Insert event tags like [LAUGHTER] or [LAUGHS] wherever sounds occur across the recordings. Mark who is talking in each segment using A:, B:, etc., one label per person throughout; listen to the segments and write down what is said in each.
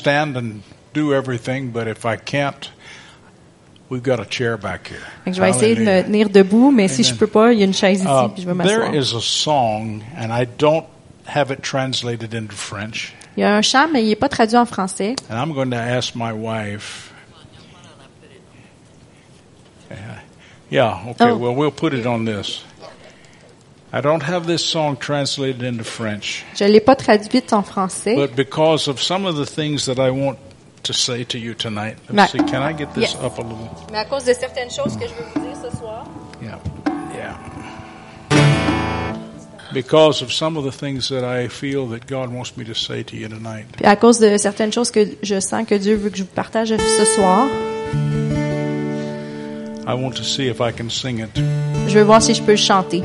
A: stand and do everything, but if I can't, we've got a chair back here.
B: Fait que je vais essayer de me tenir debout, mais si
A: Amen.
B: je peux pas, il y a une chaise ici,
A: Uh,
B: puis je vais
A: there
B: m'asseoir.
A: is a song, and I don't have it translated into French,
B: Il y a un chant, mais il est pas traduit en français.
A: and I'm going to ask my wife. Yeah, Yeah, okay,
B: Oh.
A: well, we'll put it on this. I don't have this song translated into French,
B: Je l'ai pas traduite en français.
A: but because of some of the things that I want to say to you tonight, let me
B: Right.
A: see, can I get this
B: Yes.
A: up a little?
B: Mais à cause de certaines choses que je veux vous dire ce soir.
A: Yeah. Yeah. Because of some of the things that I feel that God wants me to say to you tonight.
B: Puis à cause de certaines choses que je sens que Dieu veut que je vous partage ce soir,
A: I want to see if I can sing it.
B: je veux voir si je peux le chanter.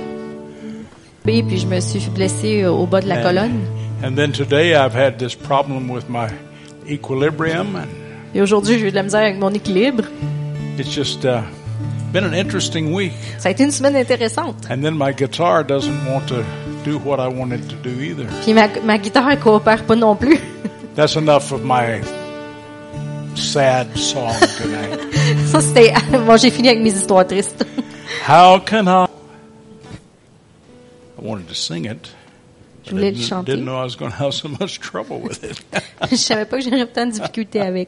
B: Oui, puis je me suis blessée au bas de la colonne.
A: And then today I've had this problem with my equilibrium and
B: Et aujourd'hui, j'ai eu de la misère avec mon équilibre.
A: it's just uh, been an interesting week.
B: Ça a été une semaine intéressante.
A: And then my guitar doesn't want to do what I want it to do either.
B: Puis ma, ma guitare elle coopère pas non plus. [LAUGHS]
A: That's enough of my sad song
B: [LAUGHS]
A: tonight.
B: Ça, c'était... Bon, j'ai fini avec mes histoires tristes.
A: How can I? I wanted to sing it.
B: Je voulais le
A: didn't,
B: chanter.
A: didn't know I was going to have so much trouble with it.
B: [LAUGHS] Je savais pas que j'aurais autant de difficultés avec.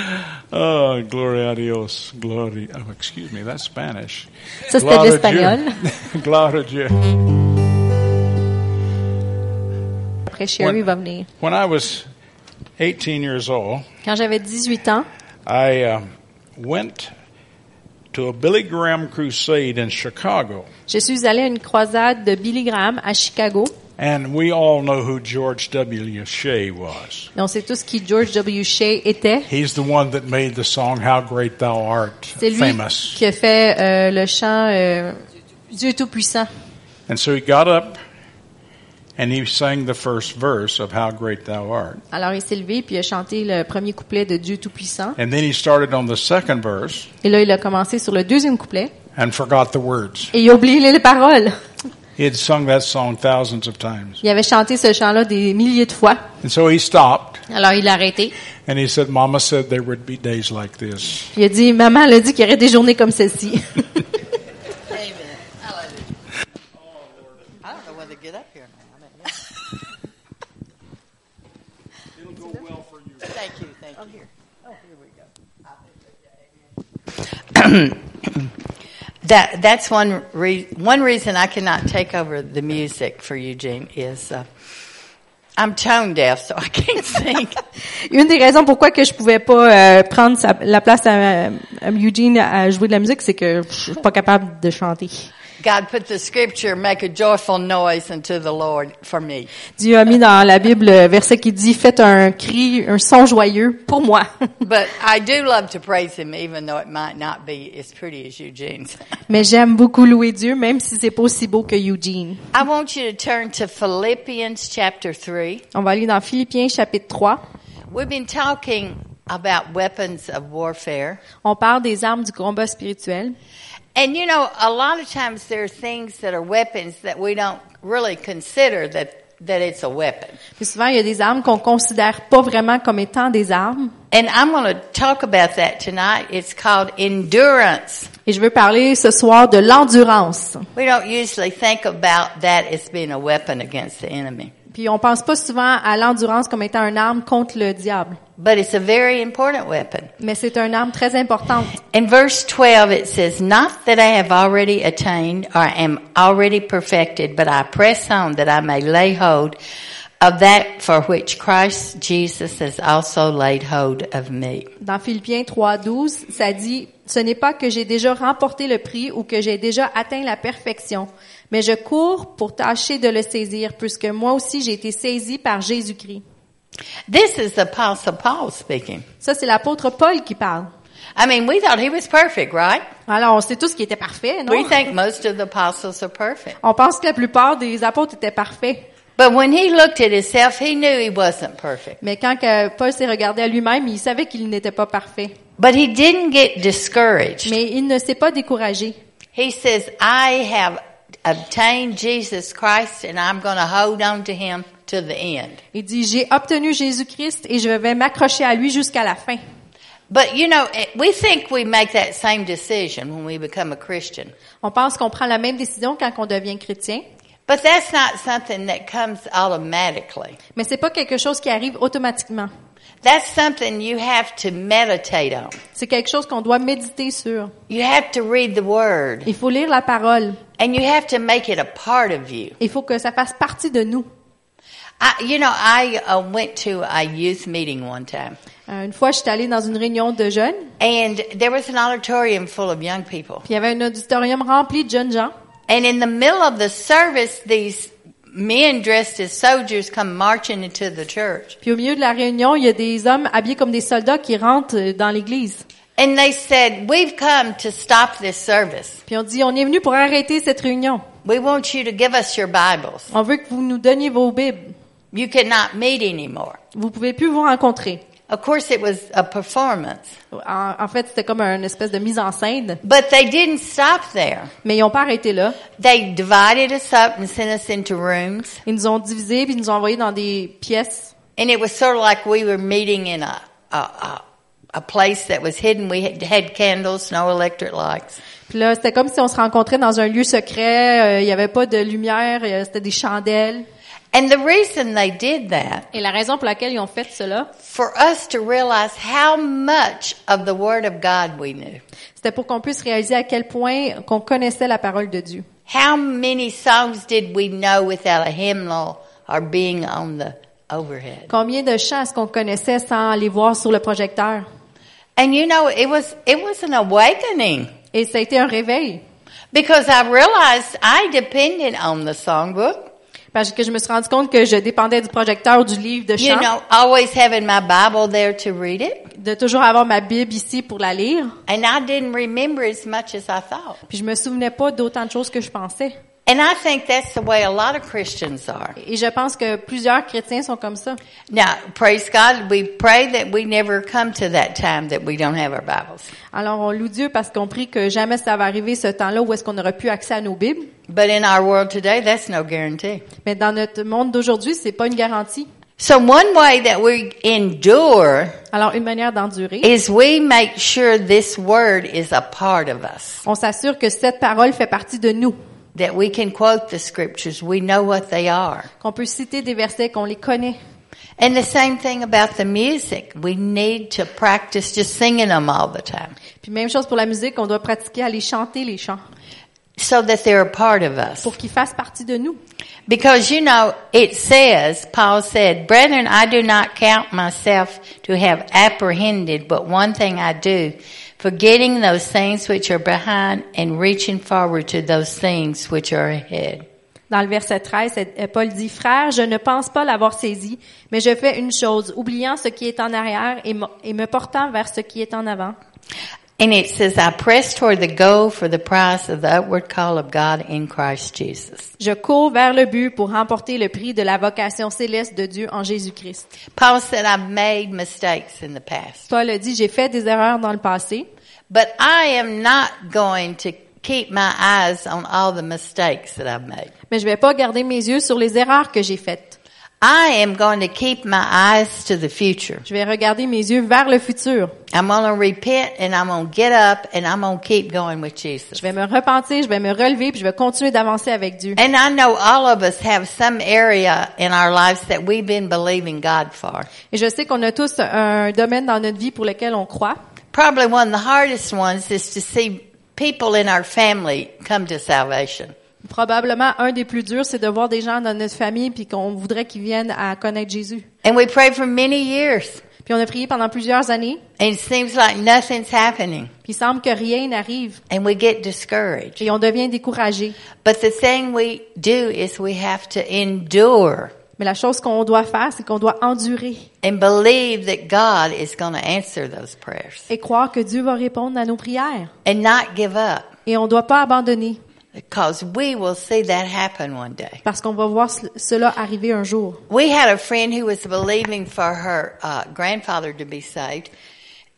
A: [LAUGHS] oh, gloria a Dios, glory. Oh, excuse me, that's Spanish.
B: Ça, c'était de
A: Gloria
B: l'espagnol.
A: Dieu. [LAUGHS] Gloria Dieu.
B: Après, Sherry va venir.
A: When I was 18 years old,
B: Quand j'avais 18 ans,
A: I um, went to a Billy Graham crusade in Chicago.
B: je suis allée à une croisade de Billy Graham à Chicago.
A: And we all know who George W. Shea was.
B: Et on sait tous qui George W. Shea était.
A: He's the one that made the song How Great Thou Art
B: C'est lui
A: famous.
B: qui a fait euh, le chant euh, Dieu Tout-Puissant.
A: And so he got up and he sang the first verse of How Great Thou Art.
B: Alors, il s'est levé puis il a chanté le premier couplet de Dieu Tout-Puissant.
A: And then he started on the second verse
B: Et là, il a commencé sur le deuxième couplet
A: and forgot the words.
B: et il a oublié les paroles.
A: He had sung that song thousands of times.
B: Il avait chanté ce chant-là des milliers de fois.
A: And so he stopped
B: Alors, il a arrêté.
A: and he said, Mama said there would be days like this.
B: Il a dit, maman elle a dit qu'il y aurait des journées comme celle-ci.
C: I don't know whether to get up here now. I mean, it's- thank you, thank you. [COUGHS] That that's one re- one reason I cannot take over the music for Eugene is uh, I'm tone deaf, so I can't [LAUGHS] sing.
B: Une des raisons pourquoi que je pouvais pas euh, prendre sa- la place à, à Eugene à jouer de la musique, c'est que je suis pas capable de chanter.
C: God put the scripture, make a joyful noise unto the Lord for me.
B: Dieu a mis dans la Bible le verset qui dit faites un cri, un son joyeux pour moi. [LAUGHS]
C: But I do love to praise Him, even though it might not be as pretty as Eugene's.
B: Mais j'aime beaucoup louer Dieu, même si c'est pas aussi beau que Eugene.
C: I want you to turn to Philippians chapter three.
B: On va aller dans Philippiens chapitre 3.
C: We've been talking about weapons of warfare.
B: On parle des armes du combat spirituel.
C: And you know, a lot of times there are things that are weapons that we don't really consider that, that it's a weapon.
B: Puis souvent, il y a des armes qu'on considère pas vraiment comme étant des armes.
C: And I'm going to talk about that tonight. It's called endurance.
B: Et je veux parler ce soir de l'endurance.
C: We don't usually think about that as being a weapon against the enemy.
B: Puis on pense pas souvent à l'endurance comme étant une arme contre le diable,
C: But it's a very important weapon.
B: mais c'est une arme très importante.
C: In verse 12 it says, Not that I have already attained or am already perfected, but I press on that I may lay hold of that for which Christ Jesus has also laid hold of me.
B: Dans Philippiens 3:12, ça dit "Ce n'est pas que j'ai déjà remporté le prix ou que j'ai déjà atteint la perfection, mais je cours pour tâcher de le saisir puisque moi aussi j'ai été saisi par Jésus-Christ."
C: This is the apostle Paul speaking.
B: Ça c'est l'apôtre Paul qui parle.
C: I mean, we thought he was perfect, right?
B: Alors, on sait tous qu'il était parfait, non
C: We think most of the apostles are perfect.
B: On pense que la plupart des apôtres étaient parfaits,
C: But when he looked at himself, he knew he wasn't perfect.
B: mais quand que Paul s'est regardé à lui-même, il savait qu'il n'était pas parfait,
C: But he didn't get discouraged.
B: mais il ne s'est pas découragé.
C: He says, I have obtained Jesus Christ and I'm going to hold on to him to the end.
B: Il dit, j'ai obtenu Jésus-Christ et je vais m'accrocher à lui jusqu'à la fin.
C: But you know, it- we think we make that same decision when we become a Christian.
B: On pense qu'on prend la même décision quand on devient chrétien,
C: But that's not something that comes automatically.
B: mais c'est pas quelque chose qui arrive automatiquement.
C: That's something you have to meditate on.
B: C'est quelque chose qu'on doit méditer sur.
C: You have to read the Word
B: Il faut lire la parole.
C: and you have to make it a part of you.
B: Il faut que ça fasse partie de nous.
C: I, you know, I uh, went to a youth meeting one time
B: Euh, Une fois, je suis allée dans une réunion de jeunes,
C: and there was an auditorium full of young people.
B: puis il y avait un auditorium rempli de jeunes gens.
C: And in the middle of the service, these men dressed as soldiers come marching into the church.
B: Puis au milieu de la réunion, il y a des hommes habillés comme des soldats qui rentrent euh, dans l'église.
C: And they said, we've come to stop this service.
B: Puis on dit, on est venu pour arrêter cette réunion.
C: We want you to give us your Bibles.
B: On veut que vous nous donniez vos bibles.
C: You cannot meet anymore.
B: Vous pouvez plus vous rencontrer.
C: Of course, it was a performance,
B: En, en fait, c'était comme une espèce de mise en scène,
C: but they didn't stop there.
B: mais ils n'ont pas arrêté là.
C: They divided us up and sent us into rooms.
B: Ils nous ont divisés puis ils nous ont envoyés dans des pièces.
C: And it was sort of like we were meeting in a, a, a, a place that was hidden. We had, had candles, no electric lights.
B: Puis là, c'était comme si on se rencontrait dans un lieu secret. euh, Il n'y avait pas de lumière, euh, c'était des chandelles.
C: And the reason they did that
B: Et la raison pour laquelle ils ont fait cela,
C: for us to realize how much of the Word of God we knew,
B: c'était pour qu'on puisse réaliser à quel point qu'on connaissait la parole de Dieu.
C: how many songs did we know without a hymnal or being on the overhead.
B: Combien de chants est-ce qu'on connaissait sans les voir sur le projecteur?
C: And you know, it was it was an awakening
B: Et ça a été un réveil.
C: because I realized I depended on the songbook.
B: Parce que je me suis rendu compte que je dépendais du projecteur, du livre de
C: You
B: chant,
C: know, always having my Bible there to read it.
B: de toujours avoir ma Bible ici pour la lire.
C: And I didn't remember as much as I thought.
B: Puis je me souvenais pas d'autant de choses que je pensais.
C: And I think that's the way a lot of Christians are.
B: Et je pense que plusieurs chrétiens sont comme ça.
C: Now, praise God, we pray that we never come to that time that we don't have our Bibles.
B: Alors on loue Dieu parce qu'on prie que jamais ça va arriver ce temps-là où est-ce qu'on n'aurait plus accès à nos Bibles.
C: But in our world today, that's no guarantee.
B: Mais dans notre monde d'aujourd'hui, c'est pas une garantie.
C: So one way that we endure
B: Alors une manière d'endurer,
C: is we make sure this word is a part of us.
B: on s'assure que cette parole fait partie de nous,
C: That we can quote the scriptures. We know what they are.
B: qu'on peut citer des versets, qu'on les connaît.
C: And the same thing about the music. We need to practice just singing them all the time.
B: Puis même chose pour la musique, on doit pratiquer à les chanter les chants
C: So that they're a part of us.
B: pour qu'ils fassent partie de nous.
C: Because you know, it says, Paul said, Brethren, I do not count myself to have apprehended, but one thing I do, forgetting those things which are behind and reaching forward to those things which are ahead.
B: Dans le verset 13, euh, Paul dit, Frère, je ne pense pas l'avoir saisi, mais je fais une chose, oubliant ce qui est en arrière et mo- et me portant vers ce qui est en avant.
C: And it says, I press toward the goal for the prize of the upward call of God in Christ Jesus.
B: Je cours vers le but pour remporter le prix de la vocation céleste de Dieu en Jésus-Christ.
C: Paul said, I've made mistakes in the past,
B: Paul a dit, j'ai fait des erreurs dans le passé,
C: but I am not going to keep my eyes on all the mistakes that I've made.
B: mais je vais pas garder mes yeux sur les erreurs que j'ai faites.
C: I am going to keep my eyes to the future.
B: Je vais regarder mes yeux vers le futur.
C: I'm going to repent and I'm going to get up and I'm going to keep going with Jesus.
B: Je vais me repentir, je vais me relever, puis je vais continuer d'avancer avec Dieu.
C: And I know all of us have some area in our lives that we've been believing God for.
B: Et je sais qu'on a tous un domaine dans notre vie pour lequel on croit.
C: Probably one of the hardest ones is to see people in our family come to salvation.
B: Probablement un des plus durs, c'est de voir des gens dans notre famille puis qu'on voudrait qu'ils viennent à connaître Jésus.
C: And we prayed for many years
B: Puis on a prié pendant plusieurs années,
C: and it seems like nothing's happening
B: puis il semble que rien n'arrive
C: and we get discouraged.
B: et on devient découragé.
C: But the thing we do is we have to endure
B: Mais la chose qu'on doit faire, c'est qu'on doit endurer
C: and believe that God is going to answer those prayers
B: et croire que Dieu va répondre à nos prières.
C: and not give up.
B: Et on ne doit pas abandonner
C: Because we will see that happen one day.
B: parce qu'on va voir ce- cela arriver un jour.
C: We had a friend who was believing for her uh, grandfather to be saved,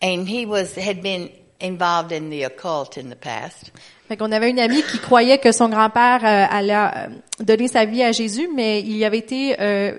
C: and he was had been involved in the occult in the past.
B: Fait qu'on avait une amie qui croyait que son grand-père euh, allait euh, donner sa vie à Jésus, mais il avait été euh,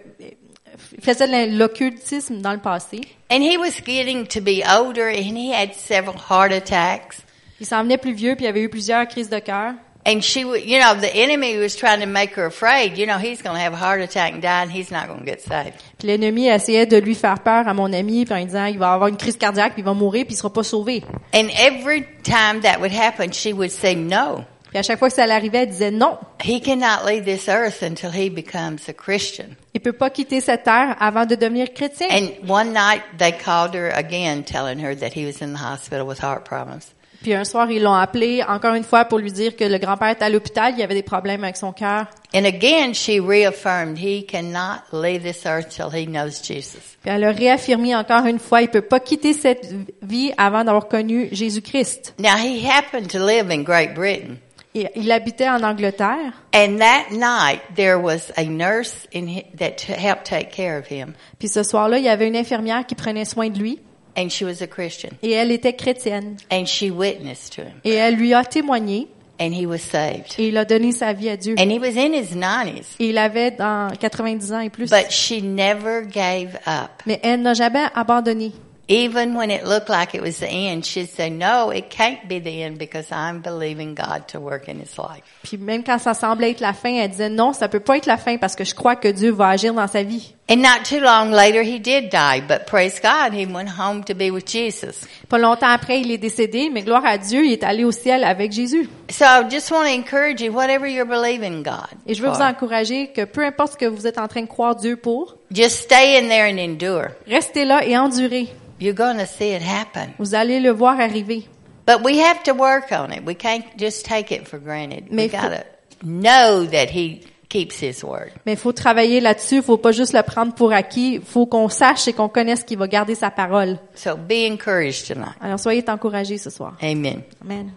B: faisait de l'occultisme dans le passé.
C: And he was getting to be older and he had several heart attacks.
B: Il s'en venait plus vieux, puis il avait eu plusieurs crises de cœur.
C: And she, wa- you know, the enemy was trying to make her afraid. You know, he's going to have a heart attack and die and he's not going to get saved.
B: Puis l'ennemi essayait de lui faire peur à mon ami, puis en lui disant il va avoir une crise cardiaque, puis il va mourir, puis il sera pas sauvé.
C: And every time that would happen, she would say, no,
B: Puis à chaque fois que ça l'arrivait, elle disait non,
C: he cannot leave this earth until he becomes a Christian.
B: il peut pas quitter cette terre avant de devenir chrétien.
C: And one night they called her again telling her that he was in the hospital with heart problems.
B: Puis un soir, ils l'ont appelé encore une fois pour lui dire que le grand-père était à l'hôpital, il y avait des problèmes avec son cœur.
C: And again she reaffirmed he cannot leave this earth till he knows Jesus.
B: Puis elle a réaffirmé encore une fois, il peut pas quitter cette vie avant d'avoir connu Jésus-Christ.
C: Now he happened to live in Great Britain.
B: Et Il habitait en Angleterre.
C: And that night there was a nurse in hi- that t- helped take care of him
B: Puis ce soir-là, il y avait une infirmière qui prenait soin de lui
C: and she was a Christian
B: et elle était chrétienne.
C: and she witnessed to him
B: Et elle lui a témoigné
C: and he was saved.
B: et il a donné sa vie à Dieu.
C: And he was in his 90s,
B: Et il avait dans 90 ans et plus.
C: but she never gave up.
B: Mais elle n'a jamais abandonné.
C: Even when it looked like it was the end, she'd say, no, it can't be the end because I'm believing God to work in his life.
B: Puis même quand ça semblait être la fin, elle disait non, ça peut pas être la fin parce que je crois que Dieu va agir dans sa vie.
C: And not too long later, he did die, but praise God, he went home to be with Jesus.
B: Pas longtemps après, il est décédé, mais gloire à Dieu, il est allé au ciel avec Jésus.
C: So I just want to encourage you, whatever you're believing God,
B: Et je veux vous
C: for,
B: encourager que peu importe ce que vous êtes en train de croire Dieu pour,
C: just stay in there and endure.
B: restez là et endurez.
C: You're going to see it happen.
B: Vous allez le voir arriver.
C: But we have to work on it. We can't just take it for granted. We
B: Mais faut-
C: got to know that he keeps his word.
B: Mais il faut travailler là-dessus, faut pas juste le prendre pour acquis, faut qu'on sache et qu'on connaisse qu'il va garder sa parole.
C: So be encouraged tonight.
B: Alors soyez encouragés ce soir.
C: Amen.
B: Amen.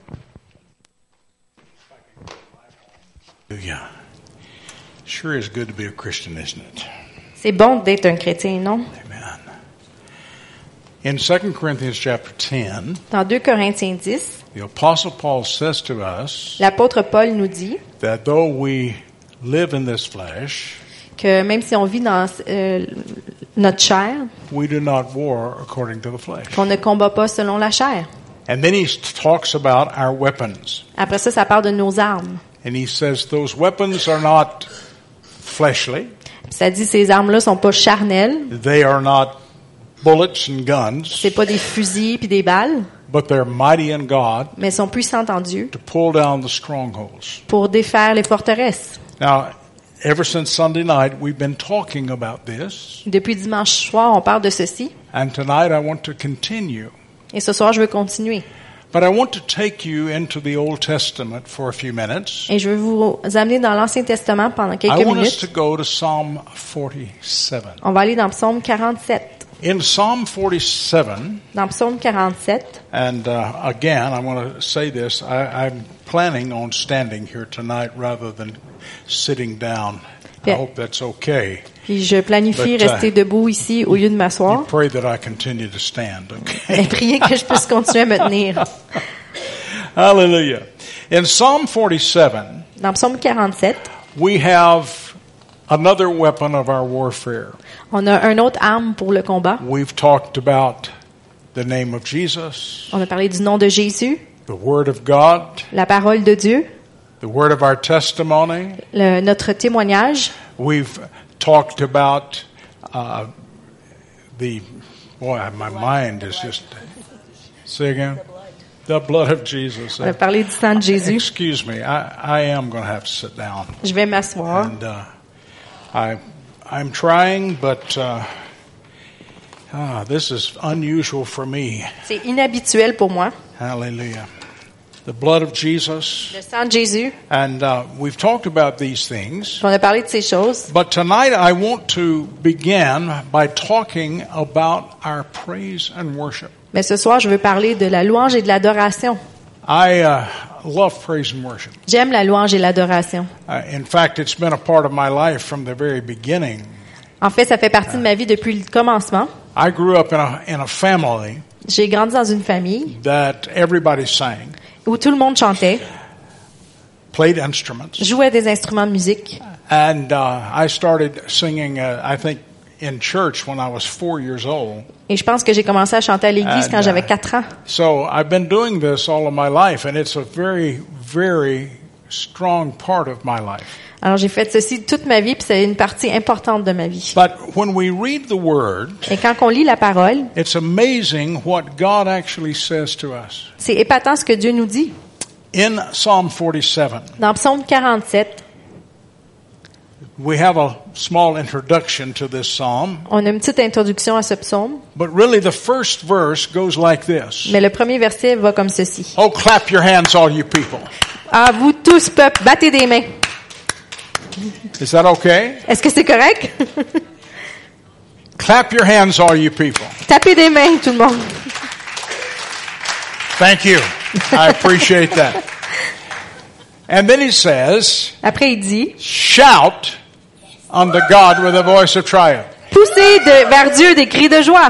A: Hallelujah. Sure is good to be a Christian, isn't it?
B: C'est bon d'être un chrétien, non?
A: Amen. In 2 Corinthians chapter 10,
B: Dans 2 Corinthiens 10,
A: the Apostle Paul says to us
B: l'apôtre Paul nous dit
A: that though we live in this flesh,
B: que même si on vit dans euh, notre chair,
A: we do not war according to the flesh.
B: qu'on ne combat pas selon la chair.
A: And then he talks about our weapons.
B: Après ça, ça parle de nos armes.
A: And he says those weapons are not fleshly,
B: Ça dit ces armes-là sont pas charnelles,
A: they are not bullets and guns,
B: c'est pas des fusils puis des balles,
A: but they're mighty in God
B: mais sont puissantes en Dieu
A: to pull down the strongholds.
B: pour défaire les forteresses.
A: Now, ever since Sunday night, we've been talking about this,
B: Depuis dimanche soir, on parle de ceci,
A: and tonight I want to continue.
B: et ce soir, je veux continuer.
A: But I want to take you into the Old Testament for a few minutes.
B: Et je veux vous amener dans l'Ancien Testament pendant
A: I
B: quelques
A: want us to
B: minutes.
A: go to Psalm 47.
B: On va aller dans Psaume 47.
A: In Psalm 47,
B: Dans Psaume 47,
A: and uh, again, I want to say this I, I'm planning on standing here tonight rather than sitting down. I
B: Yeah.
A: hope that's okay.
B: puis je planifie
A: But, uh,
B: rester debout ici au lieu de m'asseoir,
A: You pray that I continue to stand, okay? [LAUGHS]
B: mais [LAUGHS] priez que je puisse continuer à me tenir.
A: Hallelujah. In Psalm 47,
B: Dans Psaume 47,
A: we have another weapon of our warfare.
B: on a un autre arme pour le combat.
A: We've talked about the name of Jesus,
B: On a parlé du nom de Jésus,
A: the Word of God,
B: la parole de Dieu,
A: the Word of our testimony.
B: le- notre témoignage.
A: We've talked about uh, the boy. My mind is just say again. The blood of Jesus.
B: On a parlé du sang de Jésus.
A: Excuse me. I, I am going to have to sit down,
B: Je vais m'asseoir.
A: and uh, I I'm trying, but uh, ah, this is unusual for me.
B: C'est inhabituel pour moi.
A: Hallelujah. The blood of Jesus.
B: Le sang de Jésus.
A: And uh, we've talked about these things,
B: On a parlé de ces choses.
A: but tonight I want to begin by talking about our praise and worship.
B: Mais ce soir, je veux parler de la louange et de l'adoration.
A: I uh, love praise and worship.
B: J'aime la louange et l'adoration.
A: Uh, in fact, it's been a part of my life from the very beginning.
B: En fait, ça fait partie de ma vie depuis le commencement.
A: I grew up in a, in a family
B: J'ai grandi dans une famille
A: that everybody sang,
B: où tout le monde chantait,
A: played instruments,
B: jouait des instruments de musique.
A: and uh, I started singing. Uh, I think in church when I was four years old.
B: Et je pense que j'ai commencé à chanter à l'église
A: Ah,
B: quand
A: non.
B: j'avais quatre ans.
A: So I've been doing this all of my life, and it's a very, very strong part of my life.
B: Alors j'ai fait ceci toute ma vie, puis c'est une partie importante de ma vie.
A: But when we read the Word,
B: Et quand on lit la parole,
A: it's amazing what God actually says to us.
B: c'est épatant ce que Dieu nous dit.
A: In Psalm 47,
B: Dans Psaume 47,
A: we have a small introduction to this psalm,
B: on a une petite introduction à ce psaume,
A: but really the first verse goes like this.
B: mais le premier verset va comme ceci.
A: Oh, clap your hands, all you people.
B: Ah, vous tous, peuple, battez des mains.
A: Is that okay?
B: Est-ce que c'est correct? [LAUGHS]
A: Clap your hands, all you people.
B: Tapez des mains, tout le monde.
A: Thank you. I appreciate that. And then he says,
B: Après, il dit,
A: shout unto God with a voice of triumph.
B: poussez de- vers Dieu des cris de joie.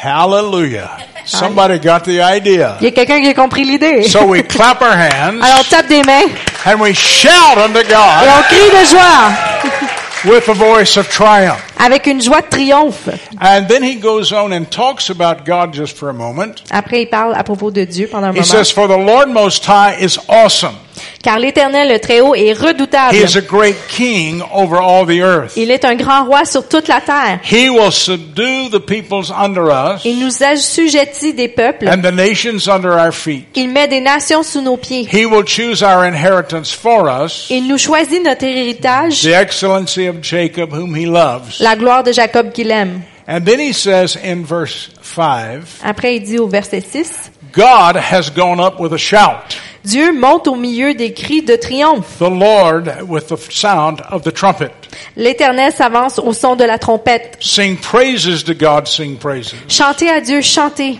A: Hallelujah. Somebody got the idea.
B: Il y a quelqu'un qui a compris l'idée.
A: So we clap our hands
B: [LAUGHS] Alors, on tape des mains
A: and we shout unto
B: et
A: God
B: on crie de joie
A: with the voice of triumph.
B: avec une joie de triomphe.
A: And then he goes on and talks about God just for a moment.
B: Après, il parle à propos de Dieu pendant un
A: He
B: moment.
A: says, For the Lord Most High is awesome.
B: Car l'Éternel, le Très-Haut, est redoutable.
A: He is a great king over all the earth.
B: Il est un grand roi sur toute la terre.
A: He will subdue the peoples under us
B: Il nous assujettit des peuples.
A: and the nations under our feet.
B: Il met des nations sous nos pieds.
A: He will choose our inheritance for us,
B: Il nous choisit notre héritage,
A: the excellency of Jacob, whom he loves.
B: la gloire de Jacob qu'il aime.
A: And then he says in verse 5
B: Après, il dit au verset 6,
A: God has gone up with a shout,
B: Dieu monte au milieu des cris de triomphe.
A: the Lord with the sound of the trumpet.
B: L'Éternel s'avance au son de la trompette.
A: Sing praises to God, sing praises.
B: Chantez à Dieu, chantez.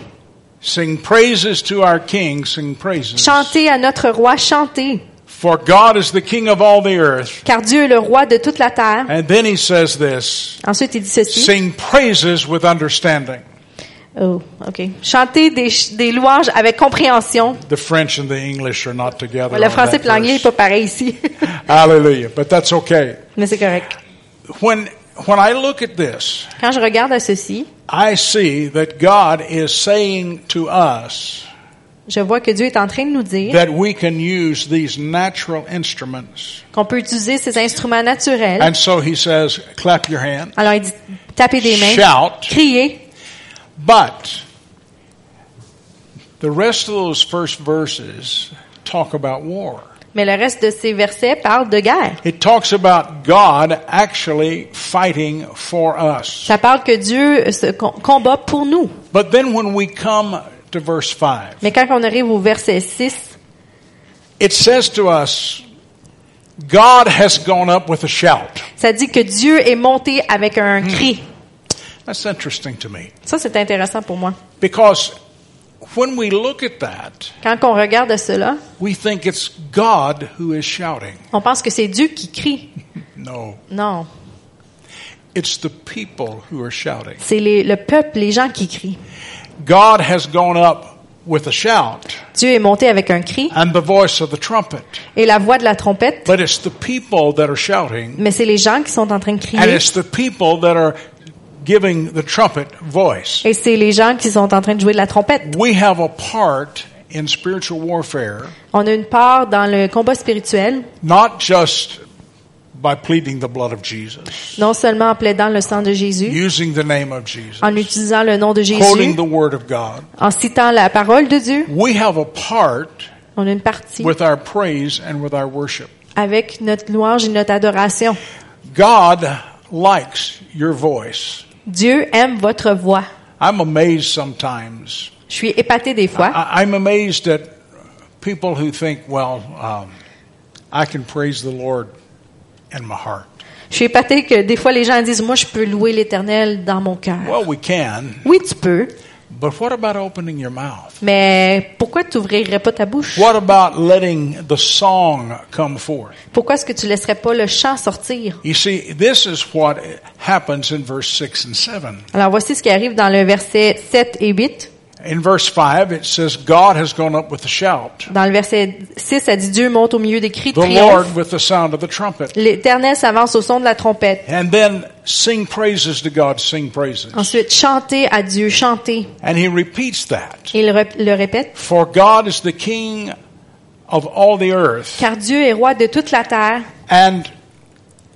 A: Sing praises to our King, sing praises.
B: Chantez à notre roi, chantez.
A: For God is the King of all the earth.
B: Car Dieu est le roi de toute la terre.
A: And then he says this
B: Ensuite, il dit ceci.
A: Sing praises with understanding.
B: Oh, ok. Chantez des, ch- des louanges avec compréhension.
A: The French and the English are not together.
B: Le
A: on that
B: français et l'anglais n'est
A: verse.
B: pas pareil ici.
A: Hallelujah. But that's okay.
B: [LAUGHS] Mais c'est correct.
A: When when I look at this,
B: Quand je regarde à ceci,
A: I see that God is saying to us
B: je vois que Dieu est en train de nous dire
A: that we can use these natural instruments.
B: qu'on peut utiliser ces instruments naturels.
A: And so he says, clap your hand,
B: Alors il dit tapez des mains,
A: shout,
B: criez,
A: but the rest of those first verses talk about war.
B: mais le reste de ces versets parle de guerre.
A: It talks about God actually fighting for us.
B: Ça parle que Dieu se com- combat pour nous.
A: But then when we come to verse 5,
B: Mais quand on arrive au verset 6,
A: it says to us, God has gone up with a shout.
B: ça dit que Dieu est monté avec un cri.
A: That's interesting to me
B: Ça, c'est intéressant pour moi.
A: because when we look at that,
B: Quand on regarde cela,
A: we think it's God who is shouting.
B: on pense que c'est Dieu qui crie.
A: No,
B: Non,
A: it's the people who are shouting.
B: c'est les- le peuple, les gens qui crient.
A: God has gone up with a shout
B: Dieu est monté avec un cri
A: and the voice of the trumpet,
B: et la voix de la trompette
A: but it's the people that are shouting
B: Mais c'est les gens qui sont en train de crier.
A: and it's the people that are giving the trumpet voice.
B: Et c'est les gens qui sont en train de jouer de la trompette.
A: We have a part in spiritual warfare,
B: On a une part dans le combat spirituel,
A: not just by pleading the blood of Jesus,
B: non seulement en plaidant le sang de Jésus,
A: using the name of Jesus.
B: en utilisant le nom de
A: quoting
B: Jésus,
A: the Word of God.
B: en citant la parole de Dieu.
A: We have a part
B: On a une partie
A: with our praise and with our worship.
B: avec notre louange et notre adoration.
A: God likes your voice.
B: Dieu aime votre voix.
A: I'm amazed sometimes.
B: Je suis épatée des fois.
A: I, I'm amazed at people who think, well, um, I can praise the Lord in my heart.
B: Je suis épatée que des fois les gens disent, moi je peux louer l'éternel dans mon cœur.
A: Well, we can,
B: Oui, tu peux,
A: but what about opening your mouth?
B: mais pourquoi tu n'ouvrirais pas ta bouche?
A: What about letting the song come forth?
B: Pourquoi est-ce que tu laisserais pas le chant sortir?
A: You see, this is what happens in verse 6 and 7.
B: Alors voici ce qui arrive dans le verset 7 et 8.
A: In verse 5, it says, God has gone up with a shout,
B: Dans le verset 6, ça dit Dieu monte au milieu des cris de
A: the
B: triomphe.
A: Lord with the sound of the trumpet.
B: L'Éternel s'avance au son de la trompette.
A: And then sing praises to God, sing praises.
B: Ensuite, chantez à Dieu, chantez.
A: And he repeats that.
B: Et il rep- le répète.
A: For God is the King of all the earth.
B: Car Dieu est roi de toute la terre.
A: And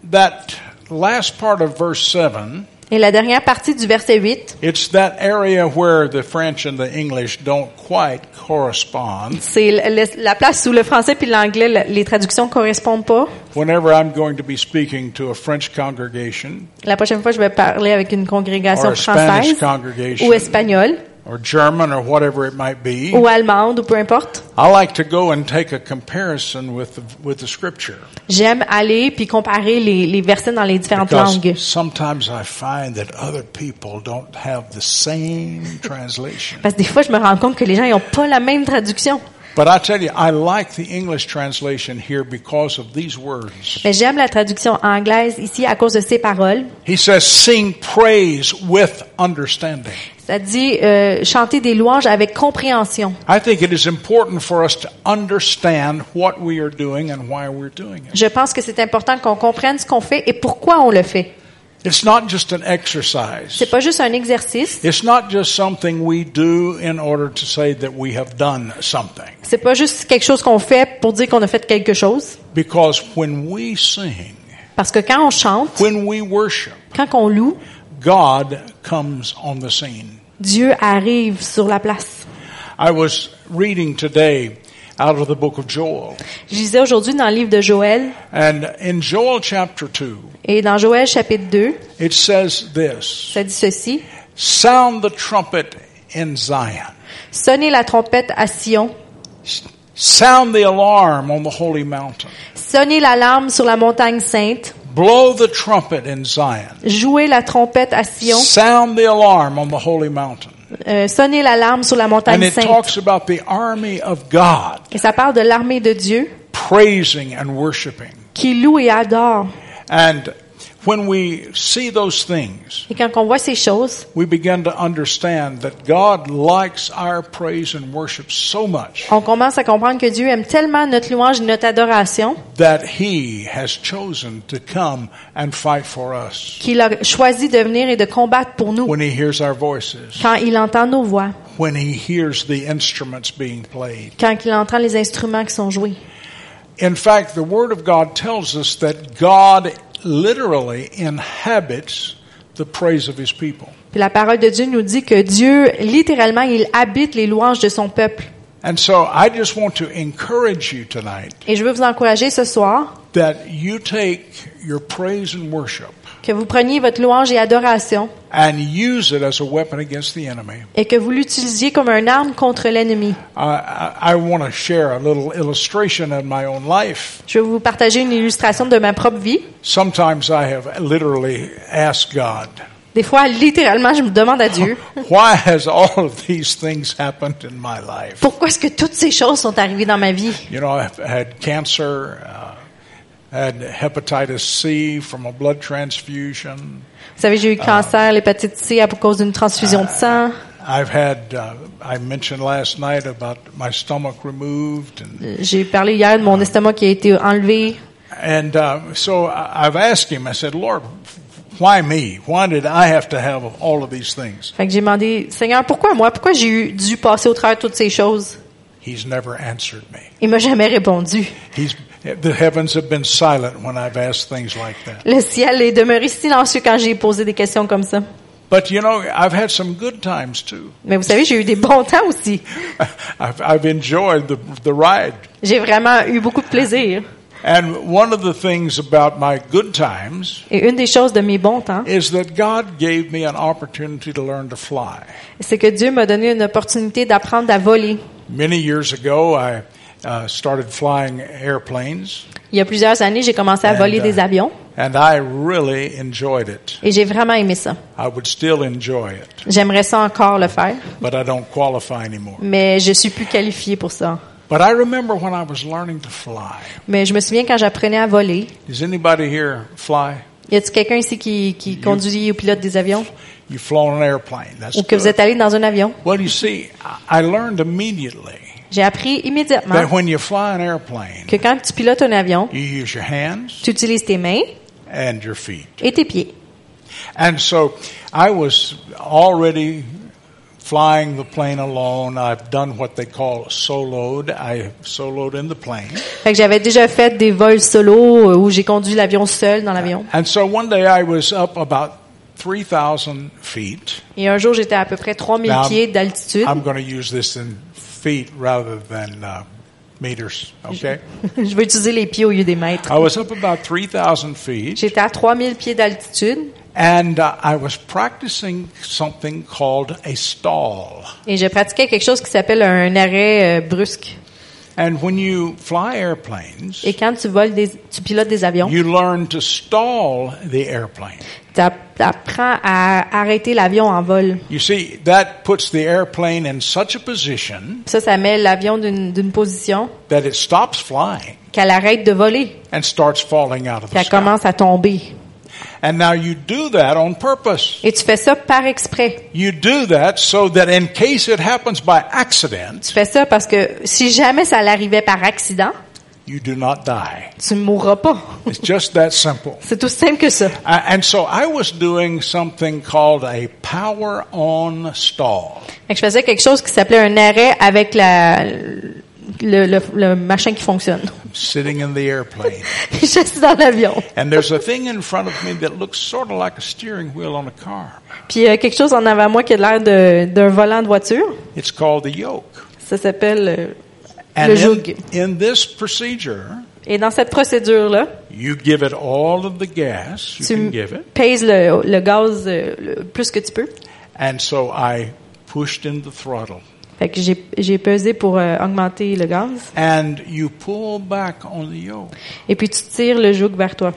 A: that last part of verse 7,
B: Et la dernière partie du verset 8,
A: it's that area where the French and the English don't quite correspond.
B: c'est l- le- la place où le français puis l'anglais, le- les traductions correspondent pas.
A: Whenever I'm going to be speaking to a French congregation
B: La prochaine fois, je vais parler avec une
A: or
B: congrégation
A: a Spanish
B: française
A: congregation
B: ou espagnole
A: or German or whatever it might be,
B: ou allemande ou peu importe.
A: I like to go and take a comparison with the, with the scripture.
B: J'aime aller puis comparer les, les versets dans les différentes langues.
A: Because sometimes I find that other people don't have the same [LAUGHS] translation.
B: Parce que des fois, je me rends compte que les gens n'ont pas la même traduction.
A: But I tell you, I like the English translation here because of these words.
B: Mais j'aime la traduction anglaise ici à cause de ces paroles.
A: He says, sing praise with understanding.
B: Ça dit euh, chanter des louanges avec compréhension.
A: I think it is important for us to understand what we are doing and why we're doing it.
B: Je pense que c'est important qu'on comprenne ce qu'on fait et pourquoi on le fait.
A: It's not just an exercise.
B: C'est pas juste un exercice.
A: It's not just something we do in order to say that we have done something.
B: C'est pas juste quelque chose qu'on fait pour dire qu'on a fait quelque chose.
A: Because when we sing,
B: Parce que quand on chante,
A: when we worship,
B: quand on loue,
A: God comes on the scene.
B: Dieu arrive sur la place.
A: I was reading today out of the book of Joel.
B: Je disais aujourd'hui dans le livre de Joël
A: And in Joel chapter 2,
B: et dans Joël chapitre 2,
A: it says this
B: ça dit ceci.
A: Sound the trumpet in Zion,
B: Sonnez la trompette à Sion.
A: sound the alarm on the holy mountain,
B: Sonnez l'alarme sur la montagne sainte.
A: blow the trumpet in Zion,
B: Jouez la trompette à Sion.
A: sound the alarm on the holy mountain.
B: Euh, sonnez l'alarme sur la
A: And
B: montagne
A: it
B: sainte.
A: talks about the army of God
B: Et ça parle de l'armée de Dieu
A: praising and worshiping.
B: qui loue et adore.
A: And when we see those things,
B: Et quand on voit ces choses,
A: we begin to understand that God likes our praise and worship so much
B: on commence à comprendre que Dieu aime tellement notre louange et notre adoration
A: that He has chosen to come and fight for us
B: qu'il a choisi de venir et de combattre pour nous
A: when He hears our voices,
B: quand il entend nos voix,
A: when He hears the instruments being played.
B: quand il entend les instruments qui sont joués.
A: In fact, the Word of God tells us that God literally inhabits the praise of His people.
B: Puis la parole de Dieu nous dit que Dieu, littéralement, il habite les louanges de son peuple.
A: And so I just want to encourage you tonight
B: Et je veux vous encourager ce soir
A: that you take your praise and worship
B: que vous preniez votre louange et adoration
A: and use it as a weapon against the enemy.
B: et que vous l'utilisiez comme une arme contre l'ennemi.
A: I, I, I want to share a little illustration of my own life.
B: Je vais vous partager une illustration de ma propre vie.
A: Sometimes I have literally asked God,
B: Des fois, littéralement, je me demande à Dieu,
A: why has all of these things happened in my life?
B: [LAUGHS] pourquoi est-ce que toutes ces choses sont arrivées dans ma vie?
A: You know, I've had cancer, uh, had hepatitis C from a blood transfusion.
B: Vous savez, j'ai eu le cancer, l'hépatite C à cause d'une transfusion de sang.
A: I've had, uh, I mentioned last night about my stomach removed and
B: J'ai parlé hier de mon estomac qui a été enlevé.
A: And uh, so I- I've asked him, I said, Lord, why me? Why did I have to have all of these things?
B: Fait que j'ai demandé, Seigneur, pourquoi moi? Pourquoi j'ai eu dû passer au travers de toutes ces choses?
A: He's never answered me.
B: Il m'a jamais répondu.
A: He's, the heavens have been silent when I've asked things like that.
B: Le ciel est demeuré silencieux quand j'ai posé des questions comme ça.
A: But you know, I've had some good times too. [LAUGHS]
B: Mais vous savez, j'ai eu des bons temps aussi.
A: I've, I've enjoyed the, the ride.
B: J'ai vraiment eu beaucoup de plaisir.
A: And one of the things about my good times
B: Et une des choses de mes bons temps,
A: is that God gave me an opportunity to learn to fly.
B: c'est que Dieu m'a donné une opportunity d'apprendre à voler.
A: Many years ago, I uh, started flying airplanes.
B: Il y a plusieurs années, j'ai commencé à voler
A: And, uh,
B: des avions
A: And I really enjoyed it.
B: et j'ai vraiment aimé ça.
A: I would still enjoy it,
B: J'aimerais ça encore le faire,
A: but I don't qualify anymore.
B: mais je suis plus qualifiée pour ça.
A: But I remember when I was learning to fly.
B: Mais je me souviens quand j'apprenais à voler.
A: Does anybody here fly?
B: Y a-t-il quelqu'un ici qui, qui conduit ou pilote des avions?
A: You've flown an airplane. That's
B: ou que vous
A: good.
B: êtes allé dans un avion.
A: Well, you see, I- I learned immediately
B: J'ai appris immédiatement
A: that when you fly an airplane,
B: que quand tu pilotes un avion,
A: you use your hands
B: tu utilises tes mains
A: and your feet.
B: et tes pieds.
A: And so I was already flying the plane alone. I've done what they call soloed. I soloed in the plane.
B: Fait que j'avais déjà fait des vols solo euh, où j'ai conduit l'avion seul dans l'avion.
A: And so one day I was up about 3,000 feet.
B: Et un jour, j'étais à peu près 3000
A: Now,
B: pieds d'altitude.
A: I'm going to use this in feet rather than uh, meters, okay?
B: [LAUGHS] Je vais utiliser les pieds au lieu des mètres.
A: I was up about 3,000 feet
B: J'étais à 3000 pieds d'altitude
A: and uh, I was practicing something called a stall.
B: et je pratiquais quelque chose qui s'appelle un arrêt euh, brusque.
A: And when you fly airplanes,
B: Et quand tu voles des, tu pilotes des avions,
A: you learn to stall the airplane.
B: tu apprends à arrêter l'avion en vol.
A: You see, that puts the airplane in such a position
B: Ça, ça met l'avion d'une d'une position
A: that it stops flying
B: qu'elle arrête de voler,
A: and starts falling out of
B: puis
A: the
B: elle
A: sky.
B: commence à tomber.
A: And now you do that on purpose.
B: Et tu fais ça par exprès.
A: You do that so that in case it happens by accident,
B: Tu fais ça parce que si jamais ça l'arrivait par accident,
A: you do not die.
B: tu mourras pas.
A: It's just that simple.
B: C'est tout simple que ça.
A: Uh, And so I was doing something called a power on stall.
B: Fait que je faisais quelque chose qui s'appelait un arrêt avec la le, le, le machin qui fonctionne. [LAUGHS]
A: Sitting in the airplane.
B: je suis dans l'avion.
A: And there's a thing in front of me that looks sort of like a steering wheel on a car.
B: Puis euh, quelque chose en avant moi qui a l'air de- d'un volant de voiture.
A: It's called the yoke.
B: Ça s'appelle euh, le
A: And
B: joug.
A: in, in this procedure,
B: Et dans cette procédure là,
A: you give it all of the gas you
B: tu
A: can give it.
B: pèses le, le gaz euh, le plus que tu peux.
A: And so I pushed in the throttle.
B: Fait que j'ai j'ai pesé pour euh, augmenter le gaz.
A: And you pull back on the yoke.
B: Et puis tu tires le joug vers toi.